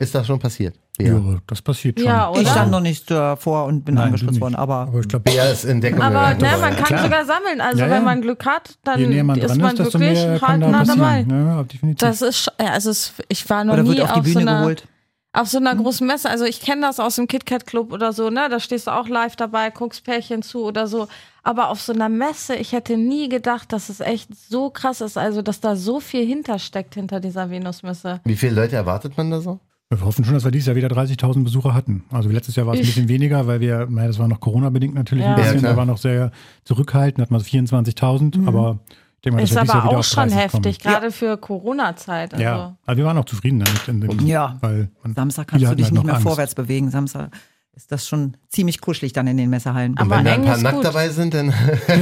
S2: Ist das schon passiert?
S5: Ja,
S2: Ja.
S5: das passiert schon.
S3: Ja,
S2: Also,
S3: oder?
S4: ich stand noch nicht davor und bin
S5: Nein,
S4: angespritzt
S5: du
S4: worden,
S5: nicht.
S4: aber
S5: aber ich glaube,
S2: Bea ist in Deckung
S3: Aber
S2: gegangen.
S3: ne, man kann
S5: klar.
S3: sogar sammeln. Also
S5: Ja, ja.
S3: wenn man Glück hat, dann
S5: je näher man
S3: ist
S5: dran
S3: man
S5: ist, desto
S3: wirklich
S5: mehr kann da
S3: hautnah dabei.
S5: passieren. Ja, definitiv.
S3: Das ist, sch- ja, also es, ich war noch
S4: oder
S3: nie
S4: wird auf die
S3: auf so
S4: Bühne
S3: einer
S4: geholt.
S3: auf so einer großen Messe, also ich kenne das aus dem KitKat Club oder so, ne, da stehst du auch live dabei, guckst Pärchen zu oder so, aber auf so einer Messe, ich hätte nie gedacht, dass es echt so krass ist, also dass da so viel hintersteckt hinter dieser Venusmesse.
S2: Wie viele Leute erwartet man da so?
S5: Wir hoffen schon, dass wir dieses Jahr wieder 30.000 Besucher hatten. Also letztes Jahr war es ein
S3: Ich-
S5: bisschen weniger, weil wir, naja, das war noch Corona-bedingt natürlich
S3: Ja.
S5: ein bisschen,
S2: Ja, klar.
S5: da war noch sehr zurückhaltend, hatten wir 24.000, aber ich denke mal, dass
S3: Ist
S5: wir dieses Jahr
S3: Mhm. aber
S5: wieder
S3: auch
S5: auf
S3: schon
S5: 30 kommen.
S3: heftig, gerade für Corona-Zeit. Also.
S5: Ja, also wir waren auch zufrieden damit. In dem,
S4: Ja.
S5: Weil man,
S4: Samstag
S5: viele
S4: kannst du
S5: hatten
S4: dich
S5: halt
S4: nicht
S5: noch
S4: mehr
S5: Angst.
S4: vorwärts bewegen. Samstag ist das schon ziemlich kuschelig dann in den Messerhallen.
S2: Und
S3: Aber
S2: wenn da ein
S3: eng
S2: paar
S3: ist
S2: nackt
S3: gut.
S2: dabei sind, dann, dann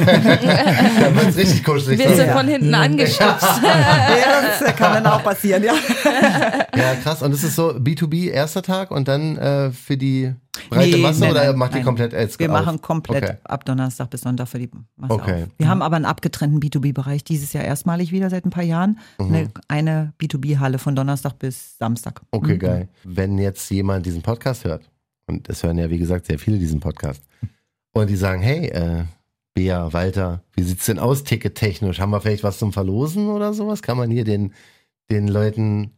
S2: wird's richtig kuschelig.
S3: Wir sind
S2: ja.
S3: von hinten angestupst.
S4: ja,
S3: äh,
S4: das kann dann auch passieren, ja.
S2: ja, krass. Und es ist so B2B erster Tag und dann äh, für die breite
S4: Nee,
S2: Masse
S4: nein,
S2: oder
S4: nein,
S2: macht ihr
S4: nein.
S2: komplett als
S4: Wir
S2: auf?
S4: machen komplett
S2: Okay.
S4: ab Donnerstag bis Sonntag für die Masse
S2: Okay.
S4: auf. Wir haben aber einen abgetrennten B2B-Bereich dieses Jahr erstmalig wieder seit ein paar Jahren.
S2: Mhm.
S4: Eine, eine B2B-Halle von Donnerstag bis Samstag. Mhm.
S2: Okay, geil. Wenn jetzt jemand diesen Podcast hört, und es hören ja, wie gesagt, sehr viele diesen Podcast, und die sagen, hey, äh, Bea, Walter, wie sieht's denn aus, tickettechnisch? Haben wir vielleicht was zum Verlosen oder sowas? Kann man hier den, den Leuten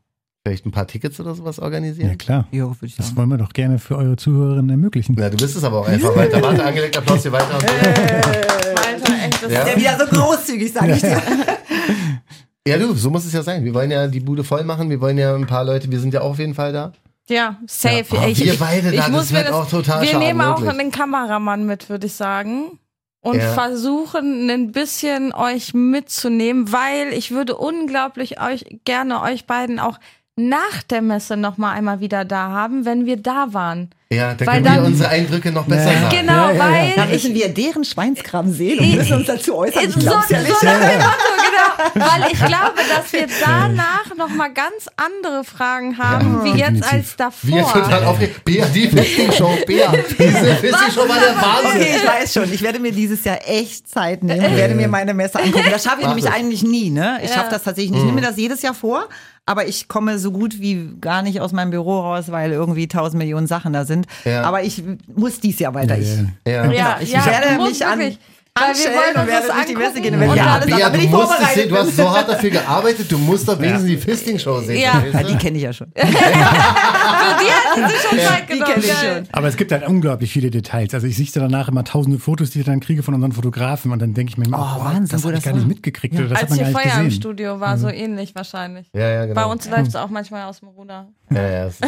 S2: vielleicht ein paar Tickets oder sowas
S5: Ja,
S2: organisieren?
S5: klar.
S4: Jo, würde ich
S5: Das
S4: sagen.
S5: wollen wir doch gerne für eure Zuhörerinnen ermöglichen.
S2: Na, du bist es aber auch einfach, Walter. Warte, angelegt, Applaus hier weiter.
S3: Alter, echt, das
S2: Ja.
S3: ist
S4: Äh, Der wieder so großzügig, sage ich dir.
S2: Ja, du, so muss es ja sein. Wir wollen ja die Bude voll machen. Wir wollen ja ein paar Leute, wir sind ja auch auf jeden Fall da.
S3: Ja, safe.
S2: Ja. Oh,
S3: ich,
S2: wir beide
S3: ich,
S2: da,
S3: ich
S2: das
S3: muss
S2: wird
S3: mir
S2: auch total
S3: Wir
S2: schaden,
S3: nehmen auch
S2: wirklich.
S3: einen Kameramann mit, würde ich sagen. Und
S2: Ja.
S3: versuchen ein bisschen euch mitzunehmen, weil ich würde unglaublich euch gerne euch beiden auch nach der Messe nochmal einmal wieder da haben, wenn wir da waren.
S2: Ja, da
S3: Weil
S2: können wir
S3: dann-
S2: unsere Eindrücke noch besser machen.
S3: Genau,
S5: Ja, ja, ja.
S3: weil
S4: Dann
S3: ich
S4: müssen wir deren Schweinskram sehen und müssen uns dazu äußern. Ich
S3: so, so
S4: glaub's ja
S3: nach
S4: nicht.
S3: dem Motto, genau. Weil ich glaube, dass wir danach nochmal ganz andere Fragen haben, wie jetzt
S5: definitiv.
S3: als davor.
S2: Wir total aufgeregt. Bea, die Fisting-Show, Bea. Diese Fisting-Show war der Wahnsinn.
S4: Okay, ich weiß schon. Ich werde mir dieses Jahr echt Zeit nehmen und werde mir meine Messe angucken. Das schaffe ich
S2: Äh. Mach Mhm.
S4: nämlich
S2: es.
S4: eigentlich nie, ne? Ich
S3: Ja.
S4: schaffe das tatsächlich nicht. Ich nehme mir das jedes Jahr vor, aber ich komme so gut wie gar nicht aus meinem Büro raus, weil irgendwie tausend Millionen Sachen da sind.
S2: Ja.
S4: Aber ich muss dies Jahr weiter. Ich,
S2: Ja.
S3: Ja,
S4: Genau, ich
S3: ja,
S4: werde
S3: muss
S4: mich an.
S3: wirklich. Weil wir
S4: anstellen
S3: wollen
S4: und
S3: uns
S4: werde
S3: das
S4: durch die Messe
S3: angucken.
S4: gehen. Und wenn
S3: Und
S4: ja,
S3: dann-
S2: Ja,
S4: alles
S2: Bea,
S4: aber
S2: du
S4: bin ich
S2: musst es
S4: vorbereitet.
S2: sehen. Du hast so hart dafür gearbeitet. Du musst doch wenigstens die Fisting-Show sehen.
S3: Ja.
S4: Ja,
S2: verstehst
S4: die
S2: du?
S4: kenne ich ja schon.
S3: Die hatten sich schon Zeit
S4: Die
S3: genommen.
S4: kenne ich
S3: geil.
S4: schon.
S5: Aber es gibt halt unglaublich viele Details. Also ich sichte danach immer tausende Fotos, die ich dann kriege von unseren Fotografen und dann denke ich mir, immer,
S4: Oh,
S5: boah,
S4: Wahnsinn,
S5: das
S4: wo
S5: habe ich
S4: das
S5: gar
S4: war.
S5: nicht mitgekriegt oder das hat
S3: Als
S5: man
S3: hier
S5: gar nicht
S3: Feuer im
S5: gesehen.
S3: Studio war, so ähnlich wahrscheinlich.
S2: Ja, ja, genau.
S3: Bei uns läuft es auch manchmal aus dem Ruder.
S2: Ja, ja. Das ist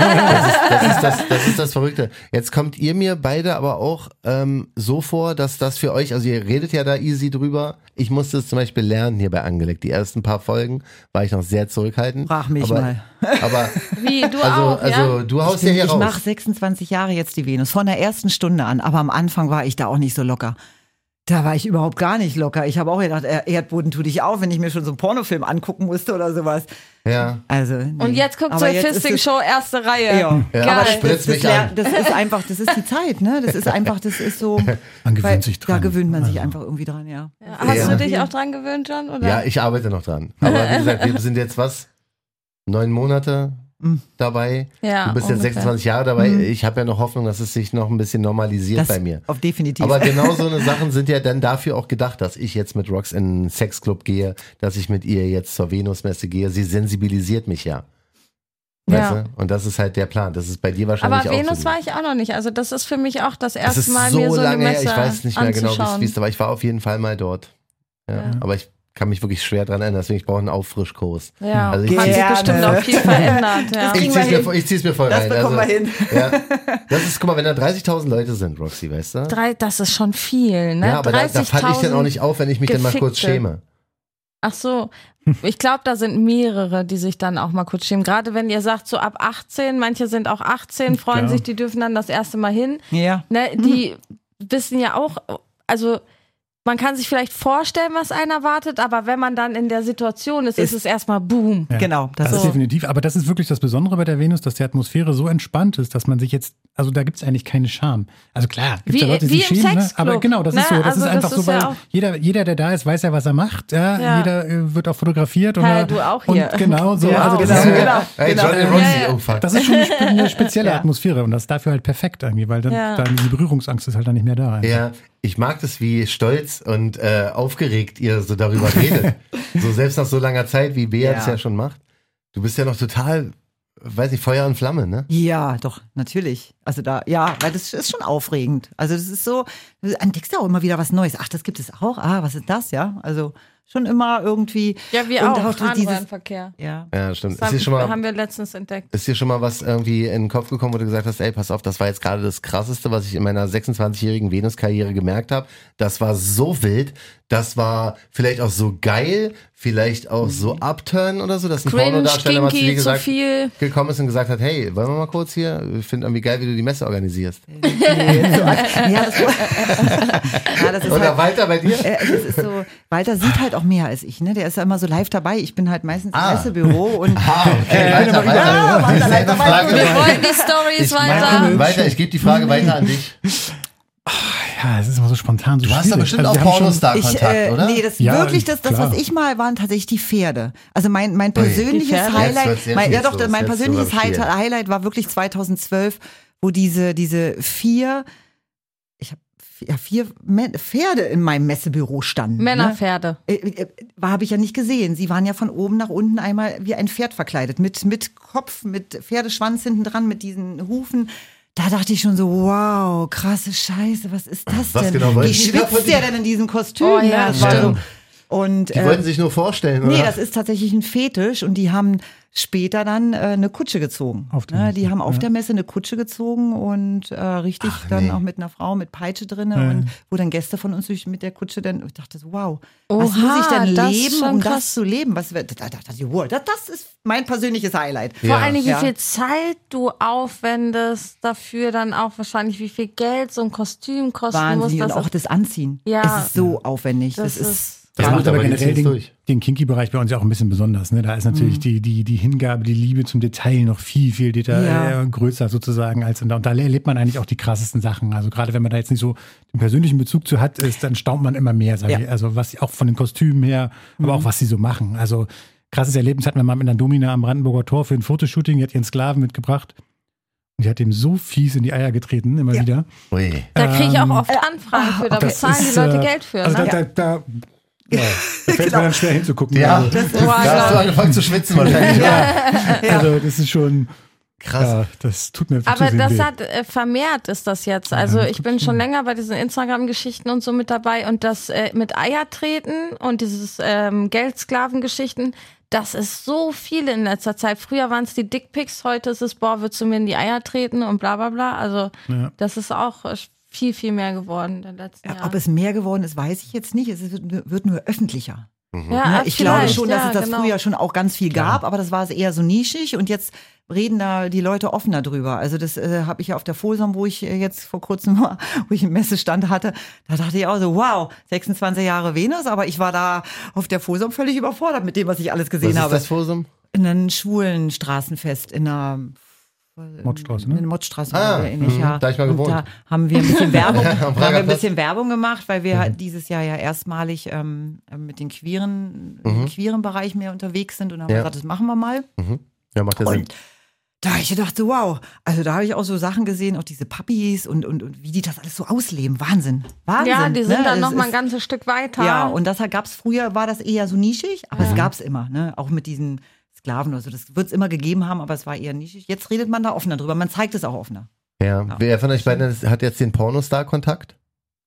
S2: das, ist das, das ist das Verrückte. Jetzt kommt ihr mir beide aber auch ähm, so vor, dass das für euch, also ihr redet ja da easy drüber. Ich musste es zum Beispiel lernen hier bei Angelegt. Die ersten paar Folgen war ich noch sehr zurückhaltend.
S4: Frag mich
S2: aber,
S4: mal.
S2: Aber
S3: Wie, du
S2: also,
S3: auch,
S2: also
S3: ja?
S2: du haust ja
S4: Ich,
S2: hier
S4: ich
S2: raus.
S4: mache 26 Jahre jetzt die Venus, von der ersten Stunde an. Aber am Anfang war ich da auch nicht so locker. Da war ich überhaupt gar nicht locker. Ich habe auch gedacht, Er- Erdboden tu dich auf, wenn ich mir schon so einen Pornofilm angucken musste oder sowas.
S2: ja.
S4: Also, nee.
S3: Und jetzt guckt so
S4: Aber
S3: eine
S4: jetzt ist es-
S3: Fisting-Show erste Reihe.
S4: Ja,
S2: Ja,
S3: Geil.
S4: aber das, das,
S2: Spritz
S4: das,
S2: mich
S4: ler-
S2: an.
S4: das ist einfach, das ist die Zeit, ne? Das ist einfach, das ist so.
S5: Man gewöhnt
S4: weil-
S5: sich dran.
S4: Da gewöhnt man sich
S5: Also.
S4: einfach irgendwie dran, ja.
S3: Hast
S2: Ja.
S3: du dich auch dran gewöhnt, John? Oder?
S2: Ja, ich arbeite noch dran. Aber wie gesagt, wir sind jetzt was? Neun Monate
S4: Hm.
S2: dabei.
S3: Ja,
S2: du bist jetzt
S3: ungefähr.
S2: 26 Jahre dabei. Ich habe ja noch Hoffnung, dass es sich noch ein bisschen normalisiert
S4: Das
S2: bei mir.
S4: Auf definitiv.
S2: Aber genau so eine Sachen sind ja dann dafür auch gedacht, dass ich jetzt mit Rox in einen Sexclub gehe, dass ich mit ihr jetzt zur Venusmesse gehe. Sie sensibilisiert mich ja. Weißt
S3: Ja.
S2: du? Und das ist halt der Plan. Das ist bei dir
S3: Aber
S2: wahrscheinlich auch
S3: Venus
S2: so.
S3: war ich auch noch nicht. Also das ist für mich auch das
S2: das
S3: erste
S2: ist
S3: Mal,
S2: so
S3: mir so eine
S2: lange her.
S3: Messe
S2: Ich weiß nicht mehr genau,
S3: anzuschauen.
S2: wie es ist, aber ich war auf jeden Fall mal dort. Ja. Aber ich kann mich wirklich schwer dran erinnern, deswegen ich brauche einen Auffrischkurs.
S3: Ja,
S2: Also ich
S3: hat sich
S4: Gerne.
S3: bestimmt auch viel verändert. Ja.
S2: Ich
S4: kriegen
S2: zieh's,
S4: wir
S2: mir,
S4: hin.
S2: vo- ich zieh's mir voll
S4: Das
S2: rein.
S4: bekommen
S2: also,
S4: wir hin.
S2: Ja. Das ist, guck mal, wenn da 30.000 Leute sind, Roxy, weißt du?
S3: Drei, das ist schon viel, ne?
S2: ja, aber da, da falle ich dann auch nicht auf, wenn ich mich dann mal kurz
S3: Gefickte.
S2: schäme.
S3: Ach so, ich glaube, da sind mehrere, die sich dann auch mal kurz schämen. Gerade wenn ihr sagt, so ab 18, manche sind auch 18, freuen
S5: Klar.
S3: sich, die dürfen dann das erste Mal hin.
S4: ja.
S3: Ne,
S2: Hm.
S3: die wissen ja auch, also man kann sich vielleicht vorstellen, was einen erwartet, aber wenn man dann in der Situation ist, ist, es erstmal Boom.
S5: Ja, Also
S4: Genau, das
S5: das,
S4: ist
S3: Also
S5: ist
S4: so.
S5: definitiv. Aber das ist wirklich das Besondere bei der Venus, dass die Atmosphäre so entspannt ist, dass man sich jetzt, also da gibt es eigentlich keine Scham. Also klar, gibt es ja
S3: Wie-
S5: Leute, die
S3: wie
S5: sich
S3: im
S5: schämen, ne?
S3: Sexclub,
S5: aber genau, das ist so.
S3: ne?
S5: Das
S3: Also
S5: ist
S3: das
S5: einfach
S3: ist
S5: so, weil
S3: ja auch-
S5: jeder, jeder, der da ist, weiß ja, was er macht. Ja,
S3: Ja.
S5: Jeder äh, wird auch fotografiert. Und,
S3: Ja,
S5: äh,
S3: du auch
S5: und
S3: hier.
S5: Genau, so.
S4: Ja,
S5: also das
S4: genau,
S5: ist,
S4: genau.
S2: Hey,
S4: genau.
S2: John and Roxy,
S3: Ja, ja.
S2: oh fuck.
S5: Das ist schon eine spe- eine spezielle Atmosphäre und das ist dafür halt perfekt irgendwie, weil dann,
S3: Ja.
S5: dann die Berührungsangst ist halt dann nicht mehr da.
S2: Ja, ich mag das, wie stolz und äh, aufgeregt ihr so darüber redet. so selbst nach so langer Zeit, wie Bea
S4: Ja.
S2: das ja schon macht. Du bist ja noch total, weiß ich, Feuer und Flamme, ne?
S4: Ja, doch, natürlich. Also da, ja, weil das ist schon aufregend. Also das ist so, du entdeckst ja auch immer wieder was Neues. Ach, das gibt es auch. Ah, was ist das, ja? Also schon immer irgendwie.
S3: Ja, wir
S4: Und
S3: auch.
S4: auch so dieses-
S3: Fahnenrennverkehr.
S4: Ja.
S2: Ja, stimmt.
S3: Das
S2: ist dir
S3: haben,
S2: schon mal,
S3: haben wir letztens entdeckt.
S2: ist dir schon mal was irgendwie in den Kopf gekommen, wo du gesagt hast, ey, pass auf, das war jetzt gerade das Krasseste, was ich in meiner 26-jährigen Venus-Karriere gemerkt habe. Das war so wild, das war vielleicht auch so geil, vielleicht auch so upturn oder so, dass ein
S3: Mhm. Cringe,
S2: Pornodarsteller mal zu dir
S3: kinky, zu
S2: gesagt
S3: viel.
S2: gekommen ist und gesagt hat, hey, wollen wir mal kurz hier? Ich finde irgendwie geil, wie du die Messe organisierst.
S4: Ja, das, ja, das ist
S2: Oder
S4: halt,
S2: Walter bei dir?
S4: äh, das ist so, Walter sieht halt auch mehr als ich, ne? Der ist ja immer so live dabei. Ich bin halt meistens
S2: Ah.
S4: im Messebüro und
S2: Ah,
S3: äh,
S2: okay, Walter, Walter.
S4: Ah, Walter,
S2: Selbe
S4: Walter,
S2: Frage.
S3: Wir wollen die Stories
S2: Ich
S3: weiter.
S2: meine, Walter, ich gebe die Frage weiter an dich.
S5: Ja, es ist immer so spontan. So
S2: Du hast doch
S5: schwierig.
S2: bestimmt
S5: Also,
S2: auch
S5: wir haben schon-
S2: Pornostar-Kontakt,
S4: äh,
S2: oder?
S4: Nee, das
S5: Ja,
S4: wirklich das, das
S5: klar.
S4: was ich mal waren, tatsächlich die Pferde. Also mein, mein
S3: Die
S4: persönliches
S3: Pferde?
S2: Jetzt
S4: Highlight,
S2: wird's- jetzt
S4: mein, ja
S2: geht's
S4: doch,
S2: los,
S4: mein
S2: jetzt
S4: persönliches
S2: sogar
S4: Highlight,
S2: Spiel.
S4: Highlight war wirklich 2012, wo diese, diese vier, ich habe ja, vier Me- Pferde in meinem Messebüro standen. Ne?
S3: Männerpferde.
S4: Äh, äh, War habe ich ja nicht gesehen. Sie waren ja von oben nach unten einmal wie ein Pferd verkleidet, mit, mit Kopf, mit Pferdeschwanz hinten dran, mit diesen Hufen. Da dachte ich schon so, wow, krasse Scheiße, was ist das
S2: Was
S4: denn?
S2: genau wollte
S4: Wie
S2: ich da von
S4: schwitzt
S2: dir?
S4: der denn in diesem Kostüm?
S3: Oh
S4: ne?
S3: ja,
S4: Das war
S2: stimmt.
S4: so. Und äh,
S2: Die
S3: äh,
S2: wollten sich nur vorstellen, oder?
S4: Nee, das ist tatsächlich ein Fetisch und die haben später dann äh, eine Kutsche gezogen.
S5: Auf der
S4: ne?
S5: Messe,
S4: Die haben auf
S5: ja.
S4: der Messe eine Kutsche gezogen und äh, richtig dann
S2: nee.
S4: auch mit einer Frau mit Peitsche drin
S5: Ja.
S4: und wo dann Gäste von uns durch mit der Kutsche dann, ich dachte so, wow, was muss ich
S3: Oha,
S4: denn
S3: das ist
S4: leben,
S3: schon
S4: um
S3: krass.
S4: das zu leben? Was, wär- da dachte ich, wow, das, das ist mein persönliches Highlight.
S3: Vor
S2: Ja.
S3: allen Dingen, wie
S4: Ja.
S3: viel Zeit du aufwendest, dafür dann auch wahrscheinlich, wie viel Geld so ein Kostüm kosten
S4: Wahnsinn
S3: muss.
S4: und
S3: Das
S4: auch
S3: ist,
S4: das Anziehen.
S3: Ja.
S4: Es ist so aufwendig.
S3: Das
S4: Das,
S3: ist-
S4: ist
S5: Das
S2: Ja,
S5: macht
S2: aber
S5: aber
S2: die
S5: generell
S2: ziehen's
S5: den,
S2: durch.
S5: den Kinky-Bereich bei uns ja auch ein bisschen besonders. Ne? Da ist
S4: Mhm.
S5: natürlich die, die, die Hingabe, die Liebe zum Detail noch viel, viel deta
S4: Ja.
S5: äh, größer sozusagen als und da, und da erlebt man eigentlich auch die krassesten Sachen. Also gerade wenn man da jetzt nicht so den persönlichen Bezug zu hat, ist, dann staunt man immer mehr, sag
S4: Ja. Mhm.
S5: ich. Also was auch von den Kostümen her, aber auch was sie so machen. Also krasses Erlebnis hatten wir mal mit einer Domina am Brandenburger Tor für ein Fotoshooting, die hat ihren Sklaven mitgebracht. Und die hat ihm so fies in die Eier getreten, immer wieder.
S2: Ui.
S3: da kriege ich auch oft Anfragen für, da bezahlen
S5: ist,
S3: die Leute
S5: äh,
S3: Geld für.
S5: Also
S3: ne?
S5: da, da, da, ja, da fällt mir dann schwer hinzugucken.
S2: Ja,
S5: Also,
S2: das
S3: Boah,
S2: da hast du
S3: glaub-
S2: angefangen zu schwitzen wahrscheinlich.
S5: also das ist schon...
S2: Krass.
S5: Ja, das tut mir
S3: Aber
S5: zuzusehen
S3: das
S5: weh.
S3: hat äh, vermehrt ist das jetzt. Also ich bin schon länger bei diesen Instagram-Geschichten und so mit dabei und das äh, mit Eier treten und dieses ähm, Geldsklavengeschichten, das ist so viel in letzter Zeit. Früher waren es die Dickpics, heute ist es, boah, würdest du mir in die Eier treten und bla bla bla. Also das ist auch äh, viel, viel mehr geworden in den letzten
S4: ja.
S3: Jahren.
S4: Ob es mehr geworden ist, weiß ich jetzt nicht. Es wird, wird nur öffentlicher.
S3: ja,
S4: Ja, Ne, ich glaube
S3: vielleicht,
S4: schon, dass
S3: ja,
S4: es das
S3: genau.
S4: früher schon auch ganz viel gab, aber das war es eher so nischig und jetzt reden da die Leute offener drüber. Also das äh, habe ich ja auf der Folsom, wo ich äh, jetzt vor kurzem war, wo ich einen Messestand hatte, da dachte ich auch so, wow, 26 Jahre Venus, aber ich war da auf der Folsom völlig überfordert mit dem, was ich alles
S2: Was
S4: gesehen
S2: ist
S4: habe.
S2: das Fosum?
S4: In einem schwulen Straßenfest, in einer
S5: Mottstraße,
S4: in
S5: ne?
S4: der Mottstraße
S2: Ah,
S4: oder ähnlich,
S2: mhm,
S4: ja.
S2: da hab ich mal
S4: Und
S2: gewohnt.
S4: Da haben wir ein bisschen Werbung, da haben wir ein
S2: Pragerplatz.
S4: bisschen Werbung gemacht, weil wir
S2: Mhm.
S4: halt dieses Jahr ja erstmalig ähm, mit den queeren, im queeren Bereich mehr unterwegs sind und haben
S2: Mhm. Ja.
S4: gesagt, das machen wir mal.
S2: Ja, macht ja Sinn.
S4: Und da hab ich gedacht, so, wow, also da habe ich auch so Sachen gesehen, auch diese Puppies und, und, und wie die das alles so ausleben. Wahnsinn. Wahnsinn.
S3: Ja, die sind
S4: ne?
S3: dann
S4: Es
S3: noch mal ein
S4: ist-
S3: ganzes Stück weiter.
S4: ja, und das gab's früher, war das eher so nischig, aber
S2: Mhm.
S4: es gab's immer, ne? Auch mit diesen Sklaven oder so. Das wird's immer gegeben haben, aber es war eher nischig. Jetzt redet man da offener drüber, man zeigt es auch offener.
S2: Ja. Wer von euch beiden hat jetzt den Pornostar-Kontakt?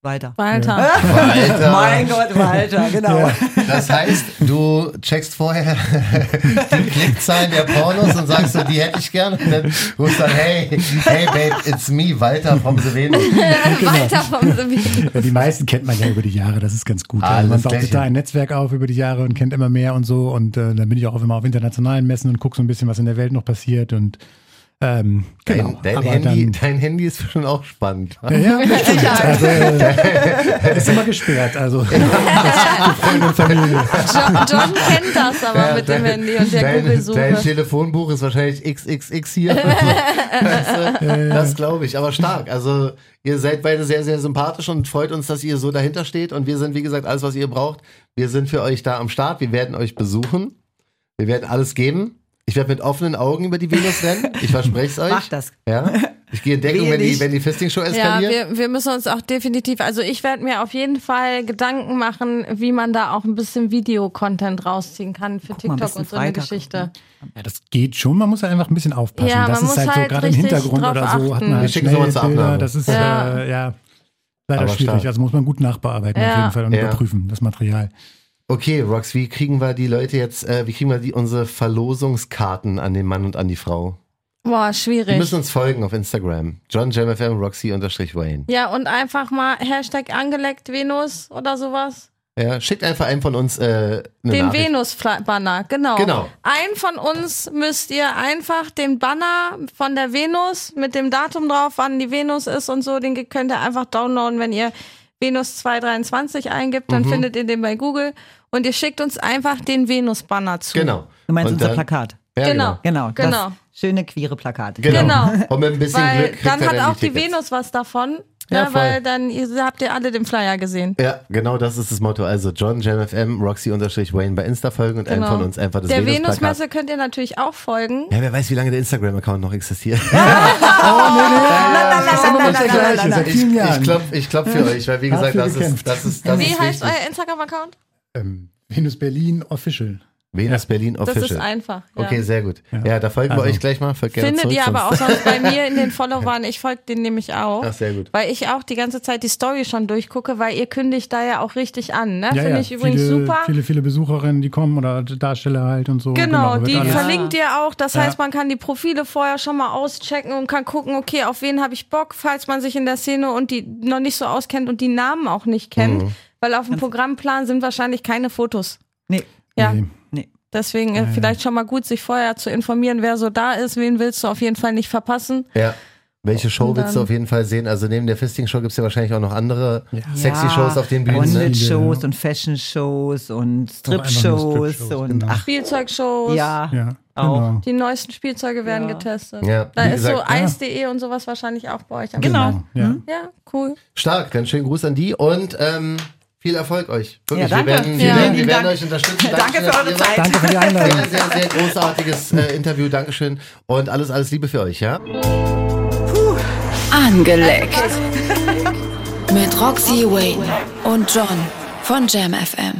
S4: Weiter.
S3: Walter.
S2: Alter.
S4: Mein Gott, Walter, genau.
S2: Das heißt, du checkst vorher die Klickzahlen der Pornos und sagst so, die hätte ich gerne. Und dann rufst dann, hey, hey Babe, it's me, Walter vom Seveno.
S3: Walter vom Sevilla.
S5: Ja, die meisten kennt man ja über die Jahre, das ist ganz gut.
S2: Alles
S5: also man baut sich
S2: Klärchen.
S5: da ein Netzwerk auf über die Jahre und kennt immer mehr und so. Und äh, dann bin ich auch immer auf internationalen Messen und gucke so ein bisschen, was in der Welt noch passiert. Und ähm, genau.
S2: Dein, dein,
S5: Aber
S2: Handy, dein Handy ist schon auch spannend.
S5: dann, ja, ja, stimmt. also, äh, ist immer gesperrt. Also Freunde und Familie.
S3: John, John kennt das aber mit dem Handy und der
S2: dein, dein
S3: Google-Suche.
S2: Telefonbuch ist wahrscheinlich XXX hier.
S3: Also,
S2: weißt du? Das glaube ich, aber stark. Also ihr seid beide sehr, sehr sympathisch und freut uns, dass ihr so dahinter steht. Und wir sind, wie gesagt, alles, was ihr braucht. Wir sind für euch da am Start. Wir werden euch besuchen. Wir werden alles geben. Ich werde mit offenen Augen über die Venus rennen. Ich verspreche es euch.
S4: Macht das.
S2: Ja? Ich gehe in Deckung,
S4: Wehe
S2: wenn die,
S4: nicht.
S2: wenn die Fisting-Show
S3: Ja,
S2: eskaliert.
S3: wir, wir müssen uns auch definitiv, also ich werde mir auf jeden Fall Gedanken machen, wie man da auch ein bisschen Video-Content rausziehen kann für
S4: Guck mal, am
S3: TikTok
S4: besten
S3: und so eine
S4: Freitag. ne?
S3: Geschichte.
S5: Ja, das geht schon, man muss halt einfach ein bisschen aufpassen.
S3: Ja,
S5: das
S3: man
S5: ist
S3: muss
S5: halt so
S3: halt
S5: gerade im
S3: richtig
S5: Hintergrund
S3: drauf
S5: oder so. Hat
S3: achten.
S5: man
S2: Wir
S5: halt
S2: schicken sowas
S5: schnell
S2: zur
S5: Bilder.
S2: Abnahme.
S5: Das ist
S3: Ja.
S5: ja, äh, ja leider
S2: Aber
S5: schwierig.
S2: stark.
S5: Also muss man gut nachbearbeiten
S3: Ja.
S5: auf jeden Fall und
S2: Ja.
S5: überprüfen, das Material.
S2: Okay, Rox, wie kriegen wir die Leute jetzt, äh, wie kriegen wir die unsere Verlosungskarten an den Mann und an die Frau?
S3: Boah,
S2: Die
S3: schwierig.
S2: müssen uns folgen auf Instagram. JohnJamFM Roxy unterstrich Wayne.
S3: Ja, und einfach mal Hashtag angeleckt Venus oder sowas.
S2: Ja, schickt einfach einem von uns äh, eine
S3: Den
S2: Nachricht.
S3: Venus-Banner, genau.
S2: Genau.
S3: Einen von uns müsst ihr einfach den Banner von der Venus mit dem Datum drauf, wann die Venus ist und so, den könnt ihr einfach downloaden, wenn ihr Venus 223 eingibt,
S2: Mhm.
S3: dann findet ihr den bei Google und ihr schickt uns einfach den Venus-Banner zu.
S2: Genau.
S4: Du meinst
S2: Und
S4: unser
S2: dann-
S4: Plakat.
S2: Ja,
S3: Genau.
S4: Genau,
S3: Genau.
S4: das schöne queere Plakat.
S2: Genau.
S3: Genau.
S2: Und mit ein bisschen
S3: Weil
S2: Glück kriegt
S3: dann
S2: er
S3: hat auch die
S2: Tickets.
S3: Venus was davon,
S2: Ja,
S3: ne,
S2: voll.
S3: weil dann ihr, habt ihr alle den Flyer gesehen.
S2: Ja, genau das ist das Motto. Also John, JamFM, Roxy-Wayne bei Insta folgen und einem
S3: Genau.
S2: von uns einfach das
S3: der
S2: Venus-Plakat.
S3: Venus-Messe könnt ihr natürlich auch folgen.
S2: ja, wer weiß, wie lange der Instagram-Account noch existiert.
S3: Ah!
S2: Oh,
S5: Seit
S2: ich
S5: vielen
S2: ich
S5: Jahren.
S2: klopf, ich klopf für euch, weil wie gesagt,
S5: Dafür
S2: das ist,
S5: gekämpft.
S2: das ist, das
S3: Wie
S2: ist
S3: heißt
S2: wichtig.
S3: euer Instagram-Account?
S5: Ähm, Venus Berlin Official.
S2: Venus Berlin
S3: Das
S2: Official.
S3: ist einfach. Ja.
S2: Okay, sehr gut. Ja, da folgen wir
S5: Also.
S2: euch gleich mal. Folgt gerne
S3: Findet
S2: zurück,
S3: ihr aber auch
S2: sonst-
S3: sonst bei mir in den Followern. Ich folge den nämlich auch.
S2: Ach, sehr gut.
S3: Weil ich auch die ganze Zeit die Story schon durchgucke, weil ihr kündigt da ja auch richtig an. Ne?
S5: Ja,
S3: Finde
S5: ja.
S3: ich übrigens
S5: viele,
S3: super.
S5: Viele, viele Besucherinnen, die kommen oder Darsteller halt und so.
S3: Genau,
S5: wird
S3: die
S5: alles-
S3: verlinkt ihr auch. Das heißt, man kann die Profile vorher schon mal auschecken und kann gucken, okay, auf wen habe ich Bock, falls man sich in der Szene und die noch nicht so auskennt und die Namen auch nicht kennt.
S2: Mhm.
S3: Weil auf dem Programmplan sind wahrscheinlich keine Fotos.
S4: Nee,
S3: Ja.
S5: Nee.
S4: nee.
S3: Deswegen äh, vielleicht schon mal gut, sich vorher zu informieren, wer so da ist, wen willst du auf jeden Fall nicht verpassen.
S2: Ja. Welche Show
S3: Und
S2: willst du
S3: dann-
S2: auf jeden Fall sehen? Also neben der Fisting-Show gibt's ja wahrscheinlich auch noch andere sexy
S4: Ja,
S2: Shows auf den Bühnen. Ne?
S4: Bondage-Shows und Fashion-Shows und
S5: Auch einfach nur
S4: Strip-Shows
S5: Strip-Shows,
S4: und
S5: genau.
S4: ach
S3: Spielzeugshows.
S4: ja.
S5: Ja,
S4: Auch.
S5: genau.
S3: Die neuesten Spielzeuge werden getestet.
S2: Ja.
S3: Da
S2: Wie
S3: ist so
S2: gesagt, ja.
S3: eis.de und sowas wahrscheinlich auch bei euch. am
S4: Genau.
S5: Ja.
S4: Hm?
S3: Ja, cool.
S2: Stark, ganz schönen Gruß an die und ähm, viel Erfolg euch. Wirklich,
S4: Ja, danke.
S2: wir werden,
S4: Ja.
S2: wir werden, wir
S4: Vielen
S2: werden
S4: Dank.
S2: euch unterstützen.
S4: Danke für
S2: dass
S4: eure
S2: ihr wart.
S4: Zeit.
S5: Danke für die Einladung.
S2: Sehr, sehr, sehr großartiges äh, Interview. Dankeschön. Und alles, alles Liebe für euch, ja?
S1: Angeleckt. Mit Roxy Wayne und John von Jam FM.